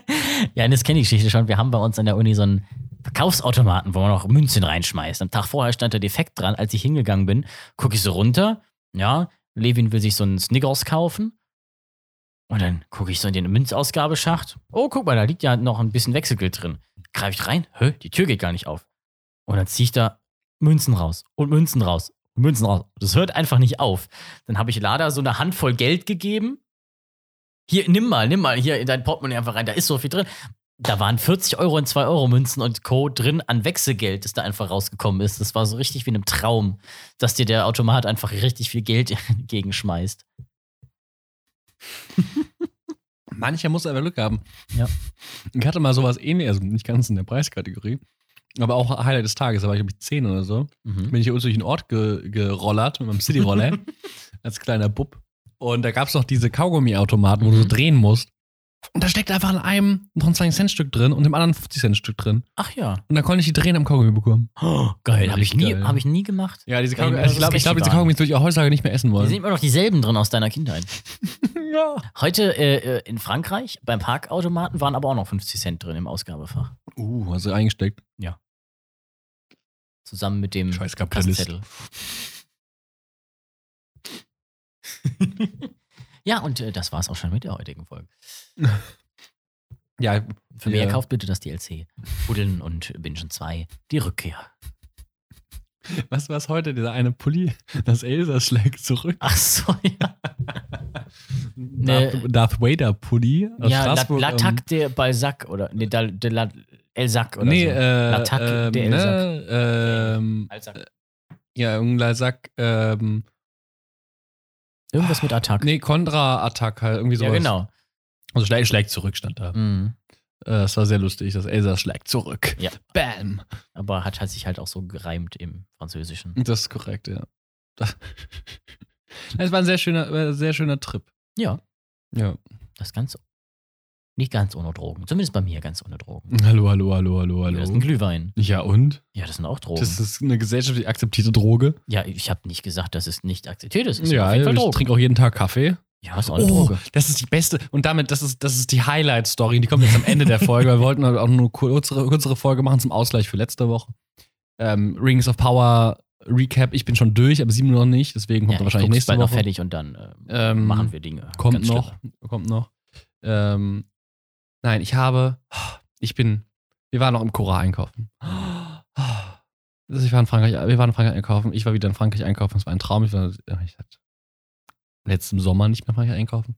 Speaker 1: ja, das kenne ich Geschichte schon. Wir haben bei uns an der Uni so einen Verkaufsautomaten, wo man auch Münzen reinschmeißt. Am Tag vorher stand der defekt dran. Als ich hingegangen bin, gucke ich so runter. Ja, Levin will sich so einen Snickers kaufen. Und dann gucke ich so in den Münzausgabeschacht. Oh, guck mal, da liegt ja noch ein bisschen Wechselgeld drin. Greife ich rein. Hä, die Tür geht gar nicht auf. Und dann ziehe ich da Münzen raus und Münzen raus und Münzen raus. Das hört einfach nicht auf. Dann habe ich Lada so eine Handvoll Geld gegeben. Hier, nimm mal, nimm mal hier in dein Portemonnaie einfach rein. Da ist so viel drin. Da waren 40 Euro und 2 Euro Münzen und Co. drin an Wechselgeld, das da einfach rausgekommen ist. Das war so richtig wie in einem Traum, dass dir der Automat einfach richtig viel Geld entgegenschmeißt.
Speaker 2: Mancher muss aber Glück haben.
Speaker 1: Ja.
Speaker 2: Ich hatte mal sowas ähnliches, also nicht ganz in der Preiskategorie, aber auch Highlight des Tages, da war ich glaube ich 10 oder so.
Speaker 1: Mhm.
Speaker 2: bin ich uns durch den Ort ge gerollert mit meinem Cityroller als kleiner Bub. Und da gab es noch diese Kaugummi-Automaten, wo du so
Speaker 1: Mhm.
Speaker 2: drehen musst. Und da steckt einfach in einem noch ein 20-Cent-Stück drin und im anderen ein 50-Cent-Stück drin.
Speaker 1: Ach ja.
Speaker 2: Und da konnte ich die drehen am Kaugummi bekommen.
Speaker 1: Oh, geil. Habe ich,
Speaker 2: Richtig
Speaker 1: nie-
Speaker 2: geil.
Speaker 1: hab ich nie gemacht.
Speaker 2: Ja, diese
Speaker 1: Kaugummi-
Speaker 2: Kaugummi, also ich glaube, ich glaub, diese Kaugummis würde ich auch heutzutage nicht mehr essen
Speaker 1: Hier
Speaker 2: wollen.
Speaker 1: sind immer noch dieselben drin aus deiner Kindheit.
Speaker 2: ja.
Speaker 1: Heute äh, äh, in Frankreich beim Parkautomaten waren aber auch noch 50 Cent drin im Ausgabefach.
Speaker 2: Uh, hast du eingesteckt.
Speaker 1: Zusammen mit dem
Speaker 2: Scheiß Kapitalist.
Speaker 1: Kassenzettel. ja, und äh, das war's auch schon mit der heutigen Folge.
Speaker 2: Ja,
Speaker 1: Für mehr
Speaker 2: Ja.
Speaker 1: kauft bitte das DLC. Buddeln und Bingen 2, die Rückkehr.
Speaker 2: was war heute? Dieser eine Pulli, das Elsa schlägt zurück.
Speaker 1: Ach so, ja.
Speaker 2: Darth, Darth Vader Pulli aus
Speaker 1: ja, La-
Speaker 2: Straßburg. ähm,
Speaker 1: Latak de Balzac oder nee, da, de la, El Sac oder
Speaker 2: nee,
Speaker 1: so.
Speaker 2: äh,
Speaker 1: Latak
Speaker 2: ähm,
Speaker 1: der
Speaker 2: ne, ähm,
Speaker 1: Alsack.
Speaker 2: ja, irgendein Lasak, ähm,
Speaker 1: Irgendwas mit Attack.
Speaker 2: Nee, Kontra-Attack halt, irgendwie
Speaker 1: ja,
Speaker 2: sowas.
Speaker 1: genau.
Speaker 2: Also schlägt, schlägt zurück, stand da. Äh,
Speaker 1: Mhm.
Speaker 2: das war sehr lustig, dass Elsa schlägt zurück.
Speaker 1: Ja.
Speaker 2: Bam.
Speaker 1: Aber hat, hat sich halt auch so gereimt im Französischen.
Speaker 2: Das ist korrekt, ja. Das Es war ein sehr schöner, war ein sehr schöner Trip.
Speaker 1: Ja.
Speaker 2: Ja.
Speaker 1: Das ganz. Nicht ganz ohne Drogen. Zumindest bei mir ganz ohne Drogen.
Speaker 2: Hallo, hallo, hallo, hallo,
Speaker 1: Das ist ein Oh.
Speaker 2: hallo.
Speaker 1: Glühwein.
Speaker 2: Ja, und?
Speaker 1: Ja, das sind auch Drogen.
Speaker 2: Das ist eine gesellschaftlich akzeptierte Droge.
Speaker 1: ja, ich habe nicht gesagt, dass es nicht akzeptiert ist. Es sind
Speaker 2: ja,
Speaker 1: auf jeden Fall
Speaker 2: ich
Speaker 1: Drogen.
Speaker 2: trinke auch jeden Tag Kaffee.
Speaker 1: Ja, ist auch eine
Speaker 2: Oh,
Speaker 1: Droge.
Speaker 2: das ist die beste. Und damit, das ist, das ist die Highlight-Story. Die kommt jetzt am Ende der Folge. Wir wollten auch nur kürzere, kürzere Folge machen zum Ausgleich für letzte Woche. Ähm, Rings of Power Recap. Ich bin schon durch, aber sieben noch nicht. Deswegen kommt
Speaker 1: ja,
Speaker 2: er wahrscheinlich
Speaker 1: ich guck's
Speaker 2: nächste
Speaker 1: bald noch
Speaker 2: Woche.
Speaker 1: fertig und dann äh,
Speaker 2: Ähm,
Speaker 1: machen wir Dinge.
Speaker 2: Kommt
Speaker 1: ganz
Speaker 2: noch.
Speaker 1: schlimme.
Speaker 2: Kommt noch. Ähm, nein, ich habe. Ich bin. Wir waren noch im Cora einkaufen. Also ich war in Frankreich, wir waren in Frankreich einkaufen. Ich war wieder in Frankreich einkaufen. Es war ein Traum. Ich war äh, ich hatte letzten Sommer nicht mehr in Frankreich einkaufen.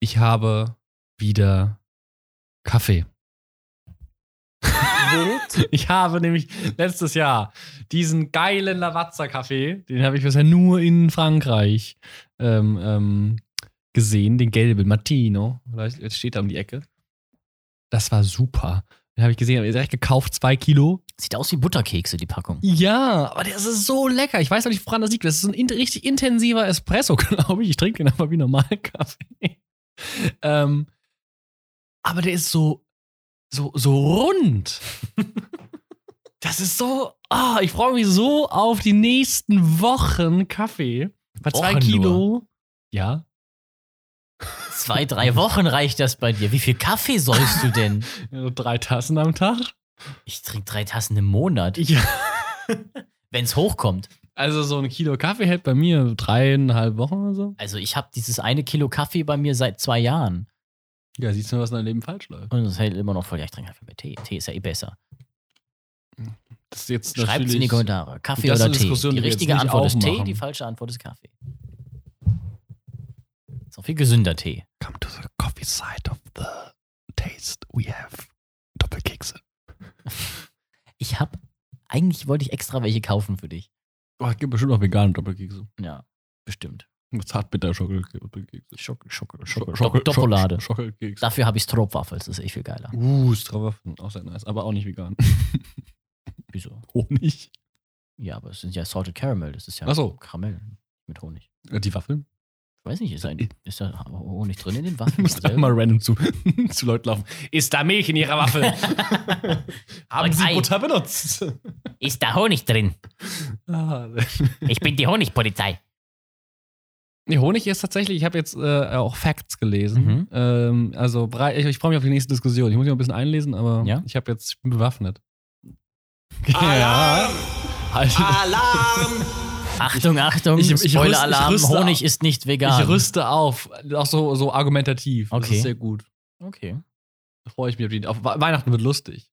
Speaker 2: Ich habe wieder Kaffee.
Speaker 3: Wild?
Speaker 2: Ich habe nämlich letztes Jahr diesen geilen Lavazza-Kaffee, den habe ich bisher nur in Frankreich ähm, ähm, gesehen, den gelben Martino. Vielleicht jetzt steht da um die Ecke. Das war super. Den habe ich gesehen, habe ich direkt gekauft, zwei Kilo.
Speaker 1: Sieht aus wie Butterkekse, die Packung.
Speaker 2: Ja, aber das ist so lecker. Ich weiß noch nicht, woran das liegt. Das ist so ein in richtig intensiver Espresso, glaube ich. Ich trinke ihn aber wie normalen Kaffee. ähm, aber der ist so, so, so rund. das ist so. Ah, ich freue mich so auf die nächsten Wochen Kaffee. Bei zwei
Speaker 1: Wochen
Speaker 2: Kilo.
Speaker 1: nur.
Speaker 2: Ja.
Speaker 1: Zwei, drei Wochen reicht das bei dir. Wie viel Kaffee sollst du denn?
Speaker 2: so Drei Tassen am Tag.
Speaker 1: Ich trinke drei Tassen im Monat,
Speaker 2: Ja.
Speaker 1: wenn's hochkommt.
Speaker 2: Also so ein Kilo Kaffee hält bei mir dreieinhalb Wochen oder so.
Speaker 1: Also ich habe dieses eine Kilo Kaffee bei mir seit zwei Jahren.
Speaker 2: Ja, siehst du, was in deinem Leben falsch läuft.
Speaker 1: Und es hält immer noch voll. Ja, ich trinke einfach mehr Tee. Tee ist ja eh besser.
Speaker 2: Das ist jetzt
Speaker 1: Schreibt es in die
Speaker 2: natürlich-
Speaker 1: Kommentare. Kaffee
Speaker 2: Das
Speaker 1: oder
Speaker 2: ist eine
Speaker 1: Tee?
Speaker 2: Diskussion,
Speaker 1: Die
Speaker 2: die wir jetzt
Speaker 1: richtige
Speaker 2: nicht
Speaker 1: Antwort ist Tee,
Speaker 2: aufmachen.
Speaker 1: die falsche Antwort ist Kaffee. Ist auch viel gesünder Tee.
Speaker 2: Come to the coffee side of the taste we have. Doppelkekse.
Speaker 1: Ich hab, eigentlich wollte ich extra welche kaufen für dich.
Speaker 2: Oh, gibt bestimmt auch vegane Doppelkekse.
Speaker 1: Ja, bestimmt.
Speaker 2: Zartbitter Doppelkekse.
Speaker 1: Schock, Schock, Schock, Schock, Schokolade.
Speaker 2: Schokolade.
Speaker 1: Dafür habe ich Stroopwafels, das ist echt viel geiler.
Speaker 2: Uh, Strawwaffen, auch sehr nice, aber auch nicht vegan.
Speaker 1: Wieso?
Speaker 2: Honig.
Speaker 1: Ja, aber es sind ja Salted Caramel, das ist ja
Speaker 2: Ach so.
Speaker 1: Karamell mit Honig.
Speaker 2: Äh, Die Waffeln?
Speaker 1: Ich weiß nicht, ist da, ist da Honig drin in den Waffeln?
Speaker 2: Du musst
Speaker 1: selber?
Speaker 2: einmal random zu, zu Leuten laufen. Ist da Milch in Ihrer Waffel? Haben
Speaker 1: Und
Speaker 2: Sie
Speaker 1: Ei.
Speaker 2: Butter benutzt?
Speaker 1: Ist da Honig drin?
Speaker 2: Ah,
Speaker 1: Ich bin die Honigpolizei.
Speaker 2: Nee, Honig ist tatsächlich, ich habe jetzt äh, auch Facts gelesen.
Speaker 1: Mhm.
Speaker 2: Ähm, also brei- ich, ich freue mich auf die nächste Diskussion. Ich muss mich noch ein bisschen einlesen, aber
Speaker 1: Ja?
Speaker 2: ich habe jetzt, ich bin bewaffnet.
Speaker 4: Alarm!
Speaker 2: Also,
Speaker 4: Alarm!
Speaker 1: Achtung, Achtung,
Speaker 2: ich- ich rüst-
Speaker 1: Spoiler-Alarm,
Speaker 2: ich rüste
Speaker 1: Honig
Speaker 2: auf.
Speaker 1: ist nicht vegan.
Speaker 2: ich rüste auf. Auch so, so argumentativ. Das
Speaker 1: Okay.
Speaker 2: ist sehr gut.
Speaker 1: Okay.
Speaker 2: Da freue ich mich auf die. Auf We- Weihnachten wird lustig.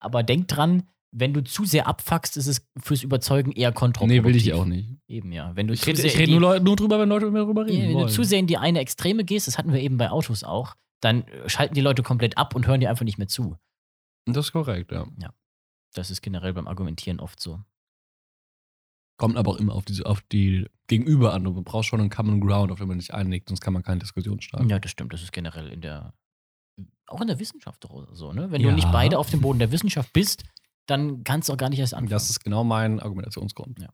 Speaker 1: Aber denk dran, wenn du zu sehr abfuckst, ist es fürs Überzeugen eher kontraproduktiv.
Speaker 2: Nee, will ich auch nicht.
Speaker 1: Eben, ja. Wenn du,
Speaker 2: Ich
Speaker 1: zu
Speaker 2: rede
Speaker 1: sehr
Speaker 2: ich
Speaker 1: in
Speaker 2: red
Speaker 1: äh, die-
Speaker 2: nur, Leu- nur drüber, wenn Leute mit mir drüber reden.
Speaker 1: Nee, wenn du
Speaker 2: wollen.
Speaker 1: zu sehr in die eine Extreme gehst, das hatten wir eben bei Autos auch, dann äh, schalten die Leute komplett ab und hören dir einfach nicht mehr zu.
Speaker 2: das ist korrekt, ja.
Speaker 1: Das ist generell beim Argumentieren oft so.
Speaker 2: Kommt aber auch immer auf die, auf die Gegenüber an. Du brauchst schon einen Common Ground, auf den man sich einlegt, sonst kann man keine Diskussion starten.
Speaker 1: Ja, das stimmt. Das ist generell in der, auch in der Wissenschaft doch so, ne? Wenn
Speaker 2: Ja.
Speaker 1: du nicht beide auf dem Boden der Wissenschaft bist, dann kannst du auch gar nicht erst anfangen.
Speaker 2: Das ist genau mein Argumentationsgrund.
Speaker 1: Ja.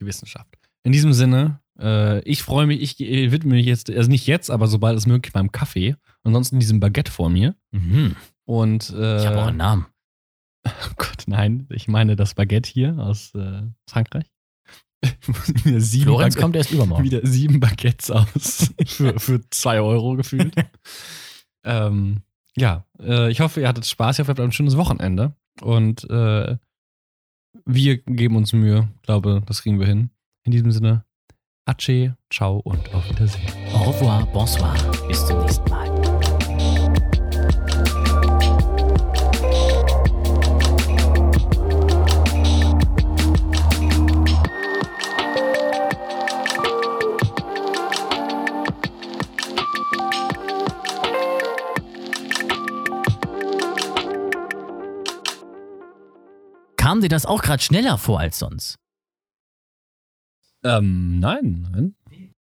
Speaker 2: Die Wissenschaft. In diesem Sinne, äh, ich freue mich, ich äh, widme mich jetzt, also nicht jetzt, aber sobald es möglich meinem Kaffee. Ansonsten diesem Baguette vor mir.
Speaker 1: mhm.
Speaker 2: Und äh,
Speaker 1: Ich habe auch einen Namen.
Speaker 2: Oh Gott, nein, ich meine das Baguette hier aus äh, Frankreich. Ich muss mir sieben
Speaker 1: Florenz
Speaker 2: Baguette-
Speaker 1: kommt erst übermorgen.
Speaker 2: wieder sieben Baguettes aus für, für zwei Euro gefühlt. ähm, ja, äh, ich hoffe, ihr hattet Spaß. Ich hoffe, ihr habt ein schönes Wochenende. Und äh, wir geben uns Mühe. Ich glaube, das kriegen wir hin. In diesem Sinne, Ace, ciao und auf Wiedersehen.
Speaker 1: Au revoir, bonsoir, bis zum nächsten Mal. Kam dir das auch gerade schneller vor als sonst?
Speaker 2: Ähm, nein, nein.